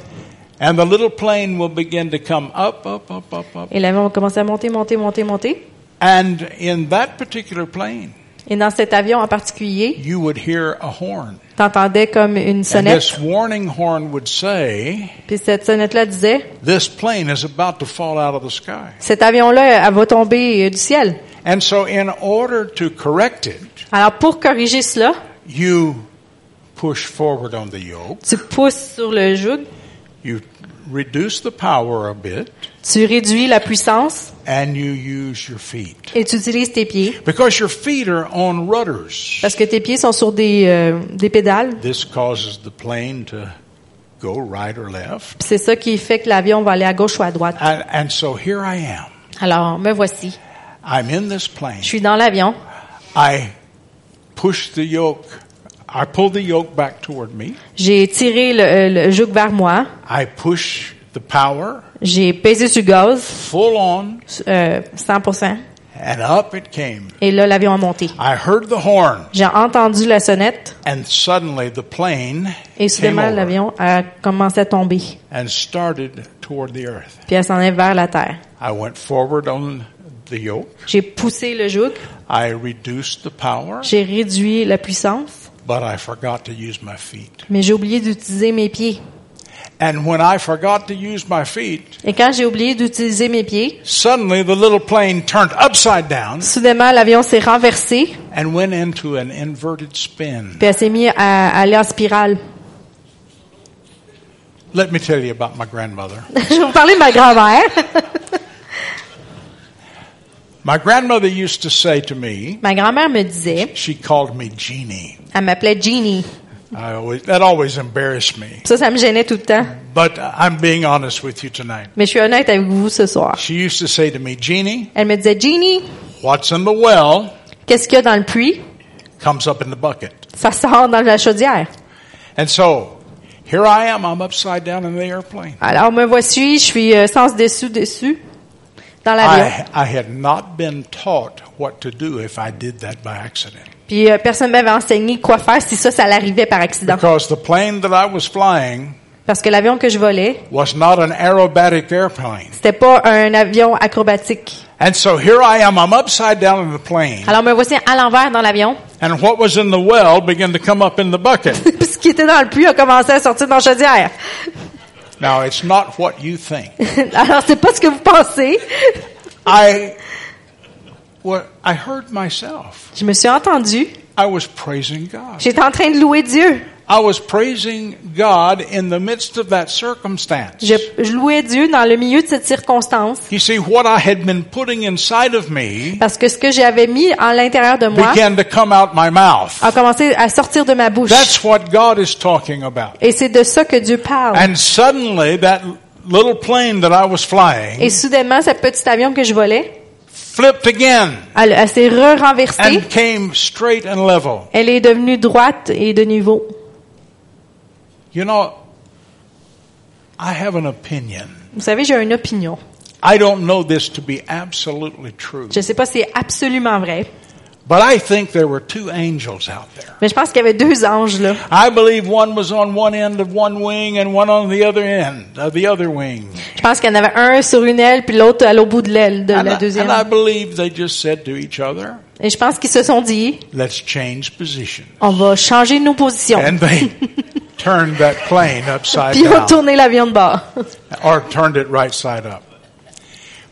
A: And the little plane will begin to come up, up, up, up, up.
B: Et l'avion va commencer à monter, monter, monter, monter.
A: And in that particular plane,
B: Et dans cet avion en particulier,
A: you would hear a horn.
B: t'entendais comme une
A: And
B: sonnette.
A: this warning horn would say,
B: Puis cette sonnette-là disait,
A: this plane is about to fall out of the sky.
B: cet avion-là, elle va tomber euh, du ciel.
A: And so in order to correct it,
B: Alors pour corriger cela,
A: you push forward on the yoke.
B: tu pousses sur le joug,
A: You reduce the power a bit.
B: tu réduis la puissance
A: and you use your feet.
B: et tu utilises tes pieds
A: Because your feet are on rudders.
B: parce que tes pieds sont sur des, euh, des pédales.
A: This causes the plane to go right or left.
B: Puis C'est ça qui fait que l'avion va aller à gauche ou à droite.
A: And, and so here I am.
B: Alors me voici,
A: I'm in this plane.
B: je suis dans l'avion,
A: I push the yoke. I pull the yoke back toward me.
B: j'ai tiré le, euh, le joug vers moi,
A: I push the power
B: j'ai pesé sur le gaz,
A: full on
B: euh, 100%,
A: and up it came.
B: et là l'avion a monté.
A: I heard the horn
B: J'ai entendu la sonnette
A: and suddenly the plane came
B: et soudainement
A: over
B: l'avion a commencé à tomber,
A: and started toward the earth.
B: puis elle s'en est vers la terre.
A: I went forward on the yoke.
B: J'ai poussé le joug,
A: I reduced the power,
B: j'ai réduit la puissance,
A: but I forgot to use my feet.
B: mais j'ai oublié d'utiliser mes pieds.
A: And when I forgot to use my feet,
B: Et quand j'ai oublié d'utiliser mes pieds,
A: suddenly the little plane turned upside down
B: soudainement l'avion s'est renversé,
A: and went into an inverted spin.
B: puis elle s'est mise à aller en spirale. [LAUGHS]
A: Let me tell you about my grandmother.
B: Je vais vous parler de ma grand-mère.
A: My grandmother used to say to me,
B: Ma grand-mère me disait,
A: she called me Jeannie.
B: elle m'appelait Jeannie.
A: I always, that always embarrassed me,
B: Ça, ça me gênait tout le temps.
A: but I'm being honest with you tonight.
B: Mais je suis honnête avec vous ce soir.
A: She used to say to me, Jeannie,
B: Elle me disait, Jeannie,
A: what's in the well
B: qu'est-ce qu'il y a dans le puits?
A: comes up in the bucket.
B: Ça sort dans la chaudière.
A: And so, here I am, I'm upside down in the airplane.
B: Alors, me voici, je suis euh, sens dessous, dessus, dans l'avion.
A: I, I had not been taught what to do if I did that by accident.
B: Puis euh, personne m'avait enseigné quoi faire si ça, ça l'arrivait par accident.
A: Because the plane that I was flying
B: Parce que l'avion que je volais,
A: was not an aerobatic airplane.
B: c'était pas un avion acrobatique.
A: And so here I am, I'm upside down in the plane.
B: Alors me voici à l'envers dans l'avion. [LAUGHS]
A: And what was in the well began to come up in the bucket.
B: Puis ce qui était dans le puits a commencé à sortir dans la chaudière.
A: Now, it's not what you think.
B: [LAUGHS] Alors c'est pas ce que vous pensez.
A: I, well, I heard myself.
B: Je me suis entendue.
A: I was praising God.
B: J'étais en train de louer Dieu.
A: I was praising God in the midst of that circumstance.
B: Je, je louais Dieu dans le milieu de cette circonstance
A: You see, what I had been putting inside of me
B: parce que ce que j'avais mis à l'intérieur de moi
A: began to come out my mouth.
B: a commencé à sortir de ma bouche.
A: That's what God is talking about.
B: Et c'est de ça que Dieu parle.
A: And suddenly, that little plane that I was flying
B: Et soudainement, ce petit avion que je volais,
A: flipped again
B: elle, elle s'est re-renversée.
A: and came straight and level.
B: Elle est devenue droite et de niveau.
A: You know, I have an opinion.
B: Vous savez, j'ai une opinion.
A: I don't know this to be absolutely true,
B: Je sais pas si c'est absolument vrai,
A: but I think there were two angels out there.
B: mais je pense qu'il y avait deux anges là.
A: I believe one was on one end of one wing and one on the other end of the other wing.
B: Je pense qu'il y en avait un sur une aile puis l'autre à l'au bout de l'aile de
A: And
B: la
A: I, and I
B: deuxième.
A: believe they just said to each other,
B: Et je pense qu'ils se sont dit,
A: let's change position.
B: on va changer nos positions.
A: And
B: [LAUGHS]
A: they turned that plane upside
B: Puis on
A: down.
B: tournait l'avion de bord.
A: or turned it right side up.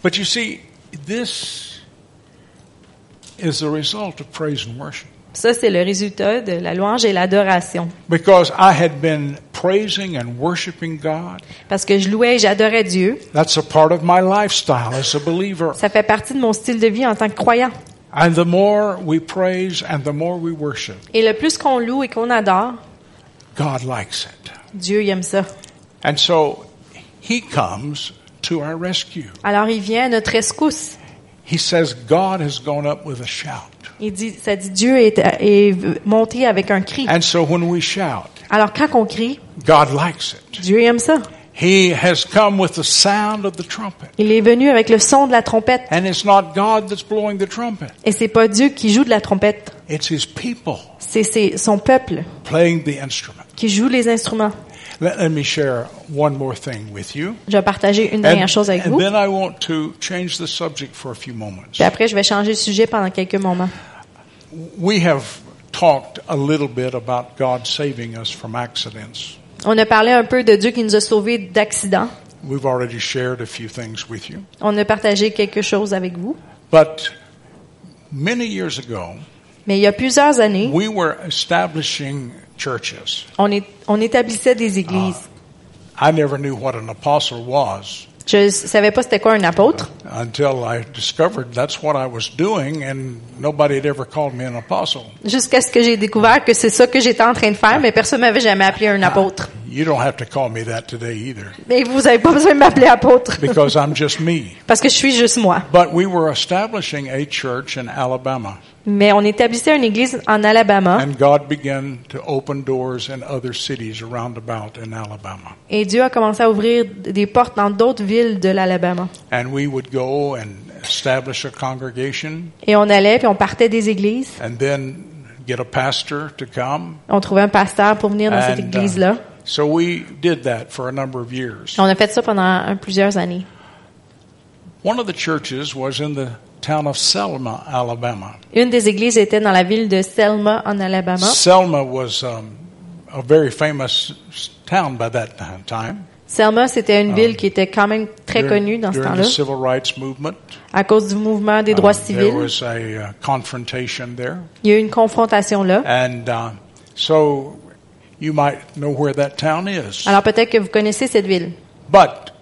A: But you see, this is the result of praise and worship.
B: [LAUGHS] Ça, c'est le résultat de la louange et l'adoration.
A: Because I had been praising and worshiping God.
B: Parce que je louais et j'adorais Dieu.
A: That's a part of my lifestyle as a believer.
B: Ça fait partie de mon style de vie en tant que croyant.
A: And the more we praise and the more we worship,
B: Et le plus qu'on loue et qu'on adore,
A: God likes it.
B: Dieu il aime ça.
A: And so He comes to our rescue.
B: Alors il vient à notre rescousse.
A: He says, God has gone up with a shout.
B: Il dit, ça dit Dieu est, est monté avec un cri.
A: And so when we shout,
B: Alors quand on crie,
A: God likes it.
B: Dieu aime ça.
A: He has come with the sound of the trumpet.
B: Il est venu avec le son de la trompette.
A: And it's not God that's blowing the trumpet.
B: Et c'est pas Dieu qui joue de la trompette,
A: It's his people
B: c'est c'est son peuple
A: playing the instrument.
B: qui joue les instruments.
A: Let, let me share one more thing with you.
B: Je vais partager une
A: And,
B: dernière chose avec
A: and
B: vous.
A: then I want to change the subject for a few moments.
B: Puis après, je vais changer de sujet pendant quelques moments.
A: We have talked a little bit about God saving us from accidents.
B: On a parlé un peu de Dieu qui nous a sauvés d'accidents.
A: We've already shared a few things with you.
B: On a partagé quelque chose avec vous.
A: But many years ago,
B: Mais il y a plusieurs années,
A: we were establishing churches.
B: on, est- on établissait des églises.
A: I never knew what an apostle was.
B: Je savais pas c'était quoi un apôtre
A: until I discovered that's what I was doing, and nobody had ever called me an apostle.
B: jusqu'à ce que j'ai découvert que c'est ça que j'étais en train de faire, mais personne m'avait jamais appelé un apôtre.
A: You don't have to call me that today either,
B: Mais vous avez pas besoin de m'appeler apôtre
A: because I'm just me.
B: parce que je suis juste moi.
A: But we were establishing a church in Alabama,
B: Mais on établissait une église en Alabama
A: and God began to open doors in other cities around about in Alabama.
B: et Dieu a commencé à ouvrir des portes dans d'autres villes de l'Alabama.
A: And we would go and establish a congregation,
B: Et on allait puis on partait des églises.
A: and then get a pastor to come.
B: On trouvait un pasteur pour venir dans cette
A: And, uh,
B: église là.
A: so we did that for a number of years.
B: On a fait ça pendant un- plusieurs années.
A: One of the churches was in the town of Selma, Alabama.
B: Une des églises était dans la ville de Selma en Alabama.
A: Selma was um, a very famous s- town by that ti- time.
B: Selma, c'était une ville qui était quand même très
A: Ah. during,
B: connue dans ce
A: during
B: temps-là
A: the civil rights movement,
B: à cause du mouvement des droits
A: Um, there
B: civils.
A: was a uh, confrontation there,
B: Il y a eu une confrontation là.
A: and uh, so you might know where that town is.
B: Alors peut-être que vous connaissez cette ville.
A: But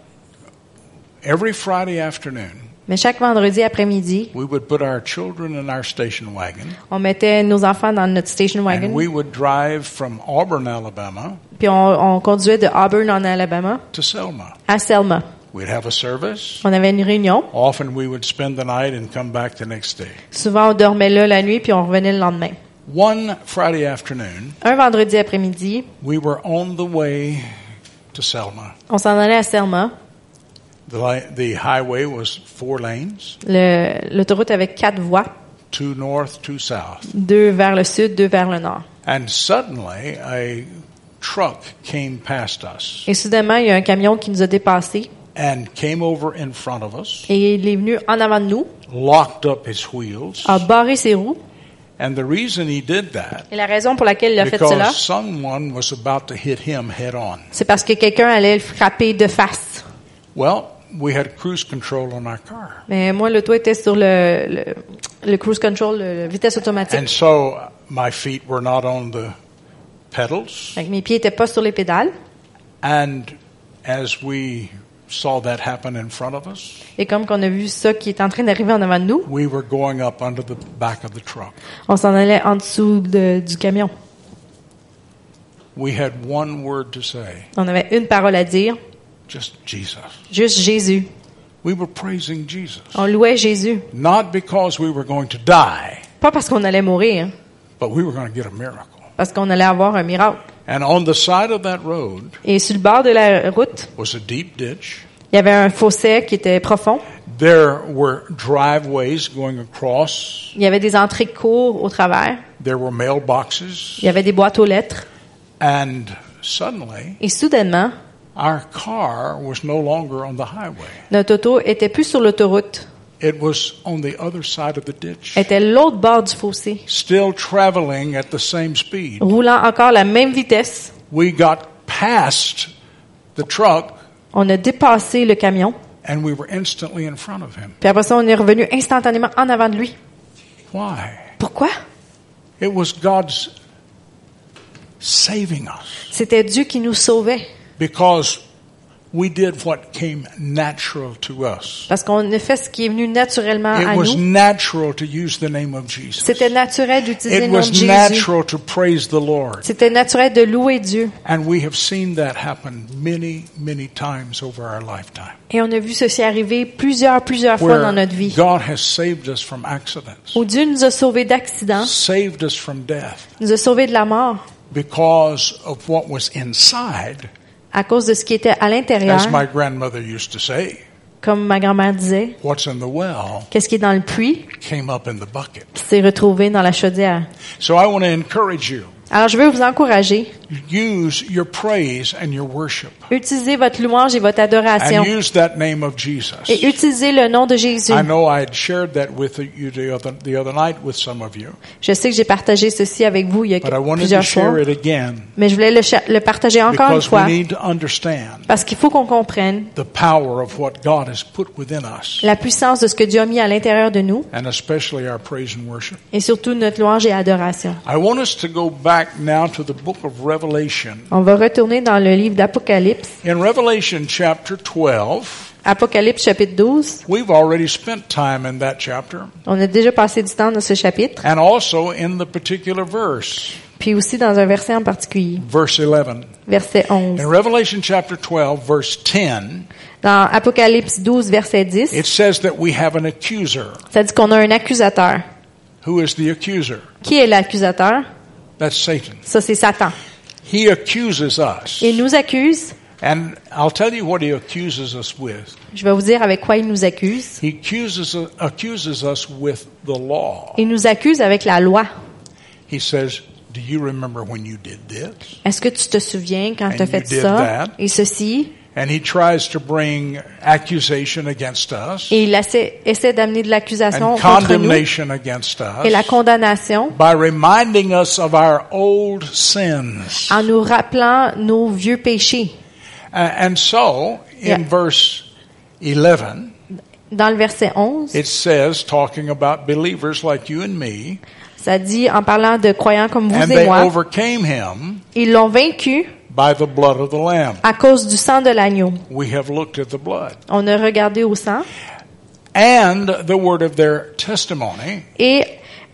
A: every Friday afternoon,
B: Mais chaque vendredi après-midi,
A: we would put our children in our station wagon,
B: on mettait nos enfants dans notre station
A: and
B: wagon,
A: we would drive from Auburn, Alabama,
B: puis on, on conduisait de Auburn en Alabama
A: to Selma.
B: à Selma.
A: We'd have a service.
B: On avait une réunion.
A: Often we would spend the night and come back the next day.
B: Souvent, on dormait là la nuit, puis on revenait le lendemain.
A: One Friday afternoon,
B: Un vendredi après-midi,
A: we were on the way to Selma.
B: on s'en allait à Selma.
A: The, li- the highway was four lanes,
B: Le- L'autoroute avait quatre voies,
A: two north, two south.
B: deux vers le sud, deux vers le nord.
A: And suddenly, a truck came past us
B: Et soudainement, il y a un camion qui nous a dépassés
A: and came over in front of us,
B: et il est venu en avant de nous,
A: locked up his wheels.
B: a barré ses roues.
A: And the reason he did that,
B: Et la raison pour laquelle il a fait cela,
A: because someone was about to hit him head on.
B: c'est parce que quelqu'un allait le frapper de face.
A: Well, we had cruise control on our car.
B: Mais moi, le toit était sur le, le, le cruise control, le, le vitesse automatique.
A: And so uh, my feet were not on the pedals.
B: Fait que mes pieds étaient pas sur les pédales.
A: And as we saw that happen in front of us,
B: Et comme qu'on a vu ça qui est en train d'arriver en avant de nous,
A: we were going up under the back of the truck.
B: on s'en allait en dessous de- du camion.
A: We had one word to say
B: On avait une parole à dire,
A: just Jesus.
B: juste Jésus.
A: We were praising Jesus.
B: On louait Jésus.
A: Not because we were going to die,
B: Pas parce qu'on allait mourir, hein.
A: but we were going to get a miracle.
B: parce qu'on allait avoir un miracle.
A: And on the side of that road
B: Et sur le bord de la route,
A: was a deep ditch.
B: il y avait un fossé qui était profond.
A: There were driveways going across.
B: Il y avait des entrées courtes au travers.
A: There were mailboxes.
B: Il y avait des boîtes aux lettres.
A: And suddenly,
B: Et soudainement,
A: our car was no longer on the highway.
B: notre auto était plus sur l'autoroute.
A: It was on the other side of the ditch,
B: Elle était l'autre bord du fossé,
A: still traveling at the same speed.
B: roulant encore la même vitesse.
A: We got past the truck
B: On a dépassé le camion.
A: and we were instantly in front of him.
B: Puis après ça, on est revenu instantanément en avant de lui.
A: Why?
B: Pourquoi?
A: It was God's saving us
B: C'était Dieu qui nous sauvait.
A: because we did what came natural to us.
B: Parce qu'on a fait ce qui est venu naturellement à
A: It was
B: nous.
A: natural to use the name of Jesus.
B: Ah, C'était naturel d'utiliser
A: It
B: le nom de
A: was
B: Jésus.
A: natural to praise the Lord.
B: C'était naturel de louer Dieu.
A: And we have seen that happen many, many times over our lifetime.
B: Et on a vu ceci arriver plusieurs, plusieurs fois dans
A: Where
B: notre vie.
A: God has saved us from accidents,
B: Où Dieu nous a sauvés d'accidents,
A: saved us from death
B: nous a sauvés de la mort
A: because of what was inside,
B: à cause de ce qui était à l'intérieur.
A: as my grandmother used to say,
B: Comme ma grand-mère disait,
A: what's in the well
B: qu'est-ce qui est dans le puits
A: came up in the bucket.
B: qui s'est retrouvé dans la chaudière.
A: So I want to encourage you,
B: Alors je veux vous encourager.
A: use your praise and your worship
B: Utilisez votre louange et votre adoration.
A: and use that name of Jesus.
B: Et utilisez le nom de Jésus.
A: I know I had shared that with you the other, the other night with some of you,
B: Je sais que j'ai partagé ceci avec vous il y a
A: but I wanted to
B: plusieurs fois,
A: share it again.
B: mais je voulais le, cha- le partager encore une
A: Because we
B: fois
A: need to understand
B: parce qu'il faut qu'on comprenne
A: the power of what God has put within us,
B: la puissance de ce que Dieu a mis à l'intérieur de nous
A: and especially our praise and worship.
B: et surtout notre louange et adoration.
A: I want us to go back now to the book of Revelation.
B: On va retourner dans le livre d'Apocalypse,
A: In Revelation chapter 12,
B: Apocalypse chapitre 12.
A: we've already spent time in that chapter,
B: On a déjà passé du temps dans ce chapitre,
A: and also in the particular verse,
B: puis aussi dans un verset en particulier,
A: verse 11.
B: verset 11.
A: In Revelation chapter 12, verse 10,
B: Dans Apocalypse 12, verset 10,
A: it says that we have an accuser.
B: ça dit qu'on a un accusateur.
A: Who is the accuser?
B: Qui est l'accusateur?
A: That's Satan.
B: Ça, c'est Satan.
A: He accuses us.
B: Il nous accuse.
A: And I'll tell you what he accuses us with.
B: Je vais vous dire avec quoi il nous accuse.
A: He accuses, accuses us with the law.
B: Il nous accuse avec la loi.
A: He says, Do you remember when you did this?
B: Est-ce que tu te souviens quand
A: And
B: tu as
A: you
B: fait
A: did
B: ça
A: that.
B: et ceci?
A: And he tries to bring accusation against us
B: Et il essaie, essaie d'amener de l'accusation
A: and
B: contre nous et
A: condemnation against
B: la
A: us
B: condamnation
A: by reminding us of our old sins.
B: en nous rappelant nos vieux péchés.
A: A- Uh, And so, in
B: Yeah.
A: verse 11,
B: Dans le verset 11,
A: it says, talking about believers like you and me,
B: ça dit en parlant de croyants comme vous
A: and
B: et
A: they
B: moi,
A: overcame him
B: ils l'ont vaincu
A: by the blood of the Lamb.
B: à cause du sang de l'agneau.
A: We have looked at the blood.
B: On a regardé au sang
A: and the word of their testimony.
B: et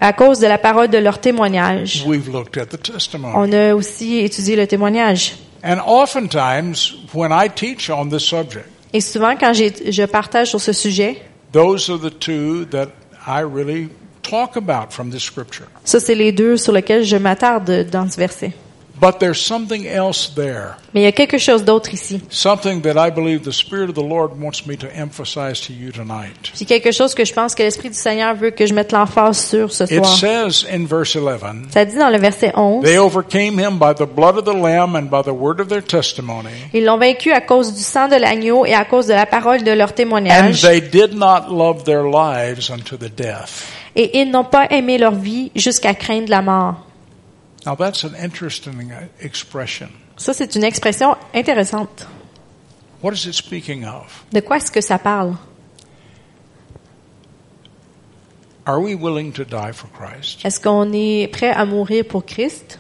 B: à cause de la parole de leur témoignage.
A: We've looked at the testimony.
B: On a aussi étudié le témoignage.
A: And oftentimes, when I teach on this subject,
B: Et souvent, quand j'ai- je partage sur ce sujet,
A: those are the two that I really talk about from the scripture.
B: ça, c'est les deux sur lesquels je m'attarde dans ce verset.
A: But there's something else there,
B: Mais il y a quelque chose d'autre ici.
A: something that I believe the Spirit of the Lord wants me to emphasize to you tonight.
B: Puis quelque chose que je pense que l'Esprit du Seigneur veut que je mette l'emphase sur ce
A: It
B: soir.
A: says in verse 11,
B: Ça dit dans le verset 11,
A: they overcame him by the blood of the Lamb and by the word of their testimony,
B: ils l'ont vaincu à cause du sang de l'agneau et à cause de la parole de leur
A: and
B: témoignage.
A: they did not love their lives unto the death.
B: Et ils n'ont pas aimé leur vie jusqu'à craindre la mort.
A: Now that's an interesting uh, expression.
B: Ça, c'est une expression intéressante.
A: What is it speaking of?
B: De quoi est-ce que ça parle?
A: Are we willing to die for Christ?
B: Est-ce qu'on est prêt à mourir pour Christ?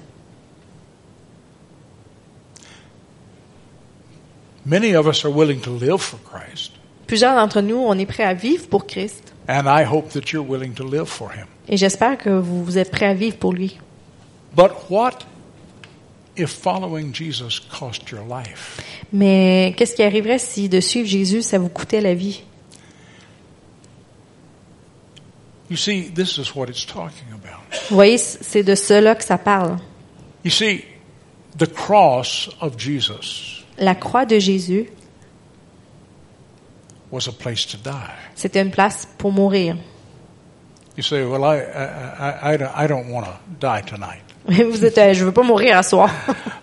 A: Many of us are willing to live for Christ,
B: Plusieurs d'entre nous, on est prêt à vivre pour Christ.
A: and I hope that you're willing to live for Him.
B: Et j'espère que vous vous êtes prêt à vivre pour lui.
A: But what if following Jesus cost your life?
B: Mais qu'est-ce qui arriverait si de suivre Jésus, ça vous coûtait la vie?
A: You see, this is what it's talking about.
B: Vous voyez, c'est de cela que ça parle.
A: You see, the cross of Jesus
B: La croix de Jésus,
A: was a place to die.
B: c'était une place pour mourir. [LAUGHS]
A: You say, well, I, I, I- I, don't- I don't want to die tonight.
B: Vous êtes, euh, je veux pas mourir à soir.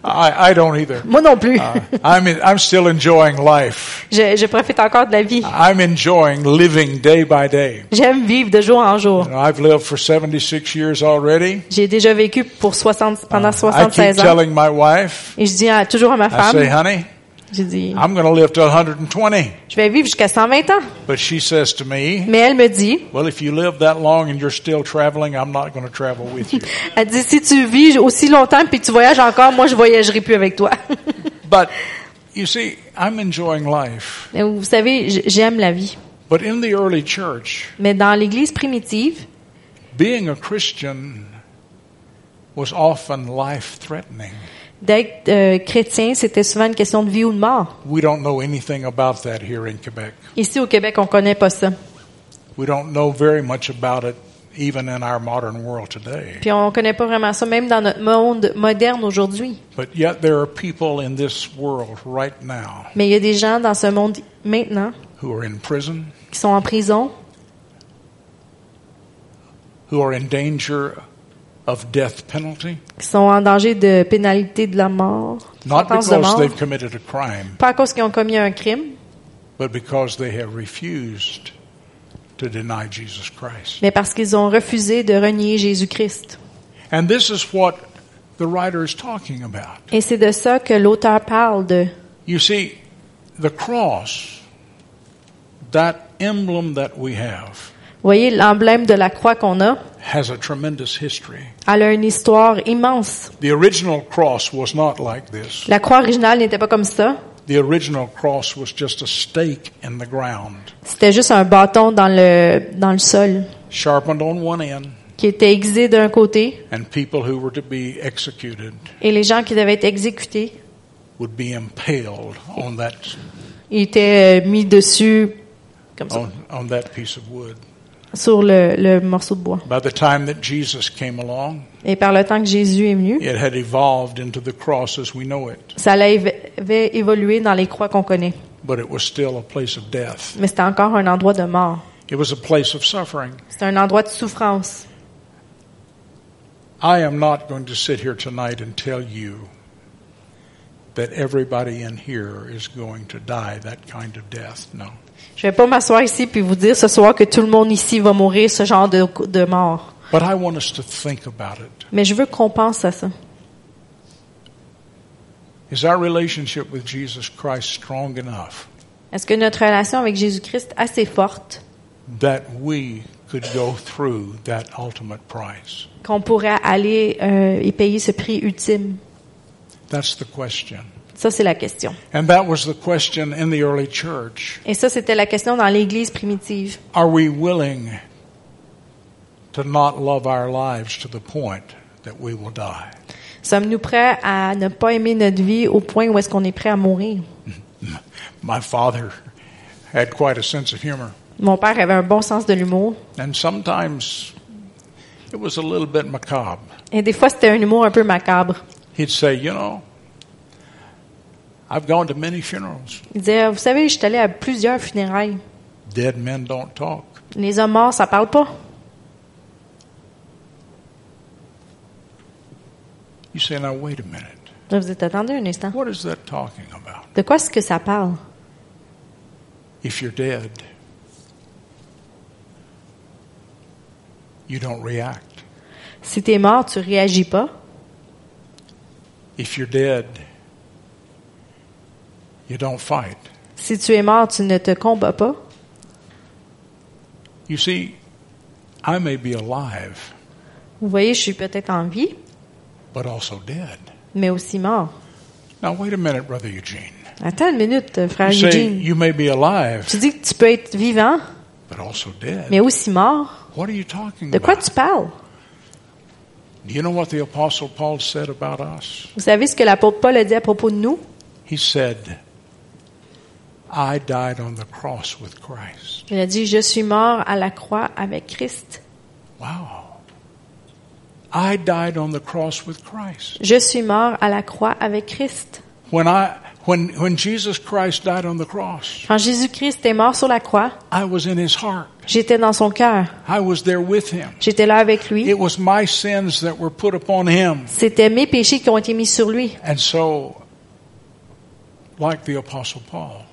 A: I, I don't either. [LAUGHS]
B: Moi non plus.
A: Uh, I'm, in, I'm still enjoying life.
B: [LAUGHS] Je, je profite encore de la vie.
A: I'm enjoying living day by day.
B: J'aime vivre de jour en jour.
A: You know, I've lived for 76 years already.
B: J'ai déjà vécu pour 60, pendant
A: Ah. I keep
B: 76 ans.
A: telling my wife,
B: Et je dis à- toujours à ma
A: I say, ah.
B: femme,
A: honey,
B: j'ai dit,
A: I'm going to live to 120.
B: je vais vivre jusqu'à 120 ans.
A: But she says to me,
B: Mais elle me dit,
A: well, if you live that long and you're still traveling, I'm not going to travel with you.
B: elle dit, si tu vis aussi longtemps puis tu voyages encore, moi je voyagerai plus avec toi. [LAUGHS]
A: but you see, I'm enjoying life.
B: Mais Vous savez, j- j'aime la vie.
A: But in the early church,
B: Mais dans l'église primitive,
A: being a Christian was often life threatening.
B: d'être euh, chrétien, c'était souvent une question de vie ou de mort.
A: We don't know anything about that here in Quebec.
B: Ici au Québec, on connaît pas ça.
A: We don't know very much about it even in our modern world today.
B: Puis on connaît pas vraiment ça, même dans notre monde moderne aujourd'hui.
A: But yet there are people in this world right now
B: Mais il y a des gens dans ce monde maintenant
A: who are in prison,
B: qui sont en prison,
A: who are in danger of death penalty,
B: qui sont en danger de pénalité de la mort,
A: not
B: sentence de
A: because
B: mort,
A: they've committed a crime,
B: pas à cause qu'ils ont commis un crime,
A: but because they have refused to deny Jesus Christ.
B: mais parce qu'ils ont refusé de renier Jésus-Christ.
A: And this is what the writer is talking about.
B: Et c'est de ça que l'auteur parle de
A: You see, the cross, that emblem that we have,
B: vous voyez l'emblème de la croix qu'on a,
A: has a tremendous history.
B: elle a une histoire immense.
A: The original cross was not like this.
B: La croix originale n'était pas comme ça,
A: The original cross was just a stake in the ground,
B: c'était juste un bâton dans le dans le sol
A: sharpened on one end,
B: qui était aiguisé d'un côté
A: and people who were to be executed
B: et les gens qui devaient être exécutés
A: would be impaled on that
B: ils étaient euh, mis dessus comme ça,
A: on, on that piece of wood.
B: sur le, le morceau de bois.
A: By the time that Jesus came along,
B: Et par le temps que Jésus est venu,
A: it had evolved into the cross as we know it,
B: ça allait éve- avait évolué dans les croix qu'on connaît.
A: but it was still a place of death.
B: Mais c'était encore un endroit de mort.
A: It was a place of suffering.
B: C'était un endroit de souffrance.
A: I am not going to sit here tonight and tell you that everybody in here is going to die that kind of death. No.
B: Je vais pas m'asseoir ici puis vous dire ce soir que tout le monde ici va mourir ce genre de, de mort.
A: But I want us to think about it.
B: Mais je veux qu'on pense à ça.
A: Is our relationship with Jesus Christ strong enough
B: Est-ce que notre relation avec Jésus-Christ est assez forte
A: that we could go through that ultimate price?
B: qu'on pourrait aller euh, et payer ce prix ultime?
A: That's the question.
B: Ça, c'est la question.
A: And that was the question in the early church.
B: Et ça, c'était la question dans l'Église primitive.
A: Are we willing to not love our lives to the point that we will die?
B: Sommes-nous prêts à ne pas aimer notre vie au point où est-ce qu'on est prêt à mourir?
A: My father had quite a sense of humor,
B: Mon père avait un bon sens de l'humour.
A: and sometimes it was a little bit macabre.
B: Et des fois, c'était un humour un peu macabre.
A: He'd say, You know, I've gone to many funerals.
B: Il disait, vous savez, je suis allé à plusieurs funérailles.
A: Dead men don't talk.
B: Les hommes morts, ça parle pas.
A: You say, Now, wait a minute.
B: Là, vous êtes attendez un instant.
A: What is that talking about?
B: De quoi est-ce que ça parle?
A: If you're dead, you don't react.
B: Si t'es mort, tu réagis pas.
A: If you're dead, you don't fight.
B: Si tu es mort, tu ne te combats pas.
A: You see, I may be alive,
B: Vous voyez, je suis peut-être en vie,
A: but also dead.
B: mais aussi mort.
A: Now, wait a minute, Brother Eugene.
B: Attends une minute, frère
A: You say
B: Uh, Eugene.
A: you may be alive,
B: Tu dis que tu peux être vivant,
A: but also dead.
B: mais aussi mort.
A: What are you talking
B: De quoi
A: about?
B: tu parles?
A: Do you know what the Apostle Paul said about us?
B: Vous savez ce que l'apôtre Paul a dit à propos de nous?
A: He said, I died on the cross with Christ.
B: Il a dit, je suis mort à la croix avec Christ.
A: Wow. I died on the cross with Christ.
B: Je suis mort à la croix avec Christ.
A: When I when when Jesus Christ died on the cross,
B: Quand Jésus-Christ est mort sur la croix,
A: I was in his heart.
B: j'étais dans son cœur.
A: I was there with him.
B: J'étais là avec lui.
A: It was my sins that were put upon him.
B: C'était mes péchés qui ont été mis sur lui.
A: And so, like the Apostle Paul,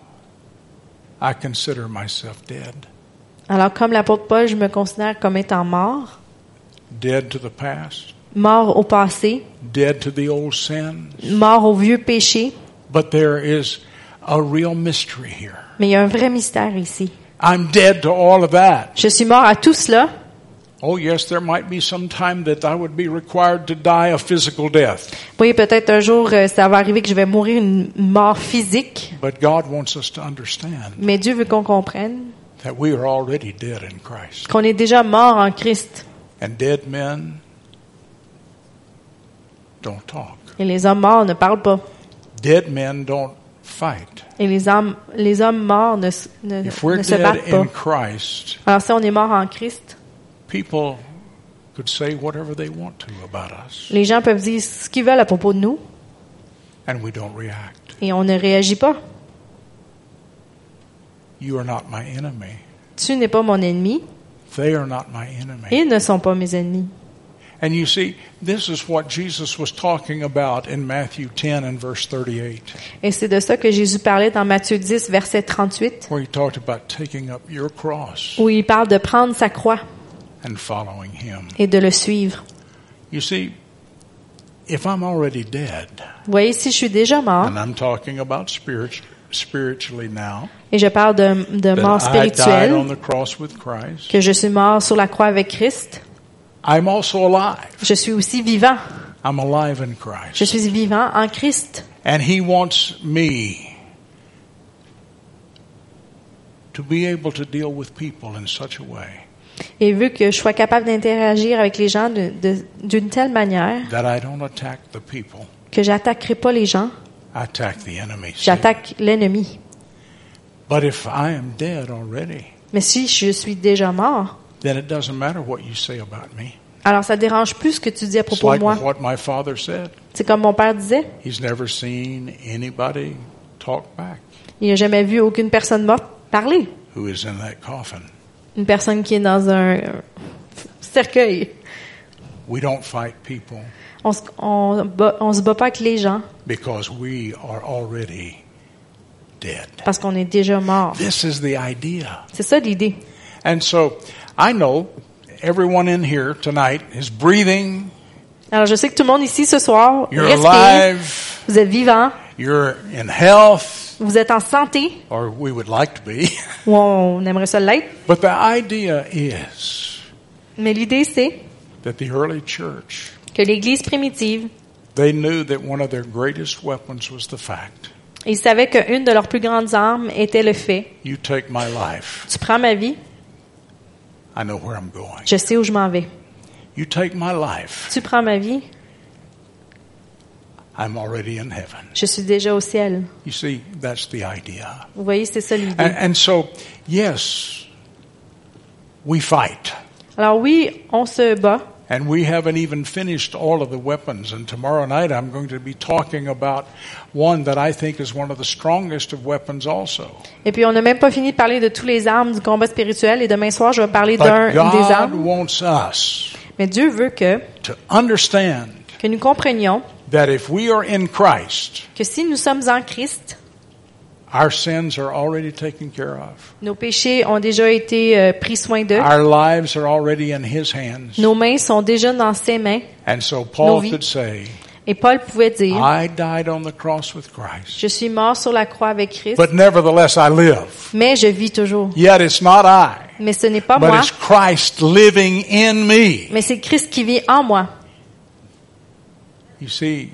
A: I consider myself dead.
B: Alors, comme l'apôtre Paul, je me considère comme étant mort,
A: Dead to the past,
B: mort au passé,
A: dead to the old sin.
B: mort au vieux péché.
A: But there is a real mystery here.
B: Mais il y a un vrai mystère ici.
A: I'm dead to all of that.
B: Je suis mort à tout cela.
A: Oh, yes, there might be some time that I would be required to die a physical death.
B: Oui, peut-être un jour, euh, ça va arriver que je vais mourir une mort physique.
A: But God wants us to understand
B: Mais Dieu veut qu'on comprenne
A: that we are already dead in Christ.
B: qu'on est déjà mort en Christ.
A: And dead men don't talk.
B: Et les hommes morts ne parlent pas.
A: Dead men don't fight.
B: Et les hommes, les hommes morts ne, s- ne,
A: If we're
B: ne se
A: dead
B: battent pas.
A: in Christ,
B: Alors si on est mort en Christ,
A: people could say whatever they want to about us,
B: les gens peuvent dire ce qu'ils veulent à propos de nous
A: and we don't react.
B: et on ne réagit pas.
A: You are not my enemy.
B: Tu n'es pas mon ennemi.
A: They are not my enemy.
B: Ils ne sont pas mes ennemis.
A: And you see, this is what Jesus was talking about in Matthew 10 and verse 38,
B: Et c'est de ça que Jésus parlait dans Matthieu 10, verset 38,
A: where he talked about taking up your cross
B: où il parle de prendre sa croix
A: and following him.
B: et de le suivre.
A: You see, if I'm already dead,
B: Vous voyez, si je suis déjà mort,
A: and I'm talking about spiritu- spiritually now,
B: et je parle de, de mort
A: that Ben, I died on
B: spirituelle,
A: the cross with Christ,
B: que je suis mort sur la croix avec Christ,
A: I'm also alive.
B: je suis aussi vivant.
A: I'm alive in
B: Je
A: Christ.
B: suis vivant en Christ.
A: And He wants me to be able to deal with people in such a way
B: Et il veut que je sois capable d'interagir avec les gens de- de- d'une telle manière
A: that I don't attack the people,
B: que j'attaquerai pas les gens,
A: I attack the enemy. See?
B: j'attaque l'ennemi.
A: But if I am dead already,
B: Mais si je suis déjà mort,
A: then it doesn't matter what you say about me.
B: alors ça dérange plus ce que tu dis à
A: It's
B: propos de
A: like
B: moi.
A: what my father said.
B: C'est comme mon père disait,
A: He's never seen anybody talk back
B: il n'a jamais vu aucune personne morte parler.
A: who is in that coffin.
B: Une personne qui est dans un un cercueil.
A: We don't fight people
B: On se, on, bat- on se bat pas avec les gens
A: because we are already dead.
B: parce qu'on est déjà mort.
A: This is the idea.
B: C'est ça l'idée.
A: And so I know everyone in here tonight is breathing,
B: Alors je sais que tout le monde ici ce soir
A: you're
B: respire.
A: alive,
B: Vous êtes vivant,
A: you're in health,
B: vous êtes en santé,
A: or we would like to be. [LAUGHS]
B: ou on aimerait ça l'être.
A: But the idea is
B: Mais l'idée, c'est
A: that the early church,
B: que l'Église primitive,
A: they knew that one of their greatest weapons was the fact
B: ils savaient qu'une de leurs plus grandes armes était le fait.
A: you take my life,
B: Tu prends ma vie,
A: I know where I'm going.
B: je sais où je m'en vais.
A: You take my life,
B: Tu prends ma vie,
A: I'm already in heaven.
B: je suis déjà au ciel.
A: You see, that's the idea.
B: Vous voyez, c'est ça
A: And,
B: l'idée.
A: and so, yes, we fight.
B: Alors oui, on se bat.
A: And we haven't even finished all of the weapons. And tomorrow night I'm going to be talking about one that I think is one of the strongest of weapons also.
B: Et puis, on n'a même pas fini de parler de tous les armes du combat spirituel. Et demain soir, je vais parler d'un
A: But
B: des
A: God
B: armes.
A: wants us
B: Mais Dieu veut que,
A: to understand
B: que nous comprenions
A: that if we are in Christ,
B: que si nous sommes en Christ,
A: our sins are already taken care of.
B: nos péchés ont déjà été euh, pris soin d'eux.
A: Our lives are already in his hands.
B: Nos mains sont déjà dans ses mains.
A: And so Paul
B: vies.
A: could say,
B: Et Paul pouvait dire,
A: I died on the cross with Christ,
B: je suis mort sur la croix avec Christ,
A: but nevertheless I live.
B: mais je vis toujours.
A: Yet it's not I,
B: Mais ce n'est pas
A: but
B: moi,
A: it's Christ living in me.
B: mais c'est Christ qui vit en moi.
A: You see,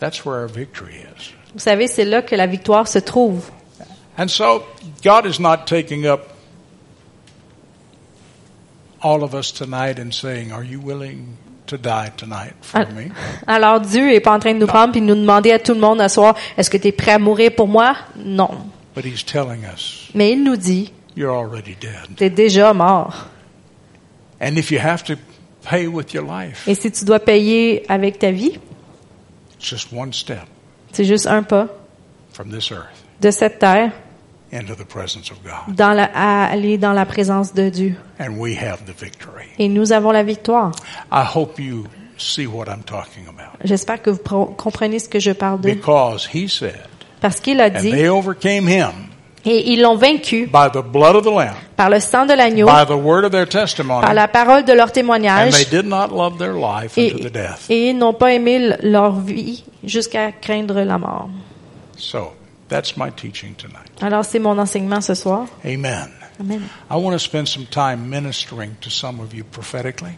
A: that's where our victory is.
B: Vous savez, c'est là que la victoire se trouve.
A: And so God is not taking up all of us tonight and saying, Are you willing to die tonight for
B: Al-
A: me?
B: Alors Dieu est pas en train de nous prendre puis de nous demander à tout le monde à soir, est-ce que tu es prêt à mourir pour moi? Non.
A: But He's telling us,
B: Mais il nous dit,
A: You're already dead.
B: tu es déjà mort.
A: And if you have to pay with your life,
B: Et si tu dois payer avec ta vie,
A: it's just one step
B: c'est juste un pas
A: from this earth
B: de cette terre
A: into the presence of God.
B: dans la- à aller dans la présence de Dieu.
A: And we have the victory.
B: Et nous avons la victoire.
A: I hope you see what I'm talking about.
B: J'espère que vous pro- comprenez ce que je parle de.
A: Because He said,
B: Parce qu'il a
A: And
B: dit,
A: they overcame Him
B: et ils l'ont vaincu
A: by the blood of the Lamb,
B: par le sang de l'agneau,
A: by the word of their testimony.
B: par la parole de leur
A: And
B: témoignage,
A: they did not love their life
B: et,
A: unto the death.
B: et ils n'ont pas aimé l- leur vie jusqu'à craindre la mort.
A: So that's my teaching tonight.
B: Alors c'est mon enseignement ce soir.
A: Amen.
B: Amen.
A: I want to spend some time ministering to some of you prophetically.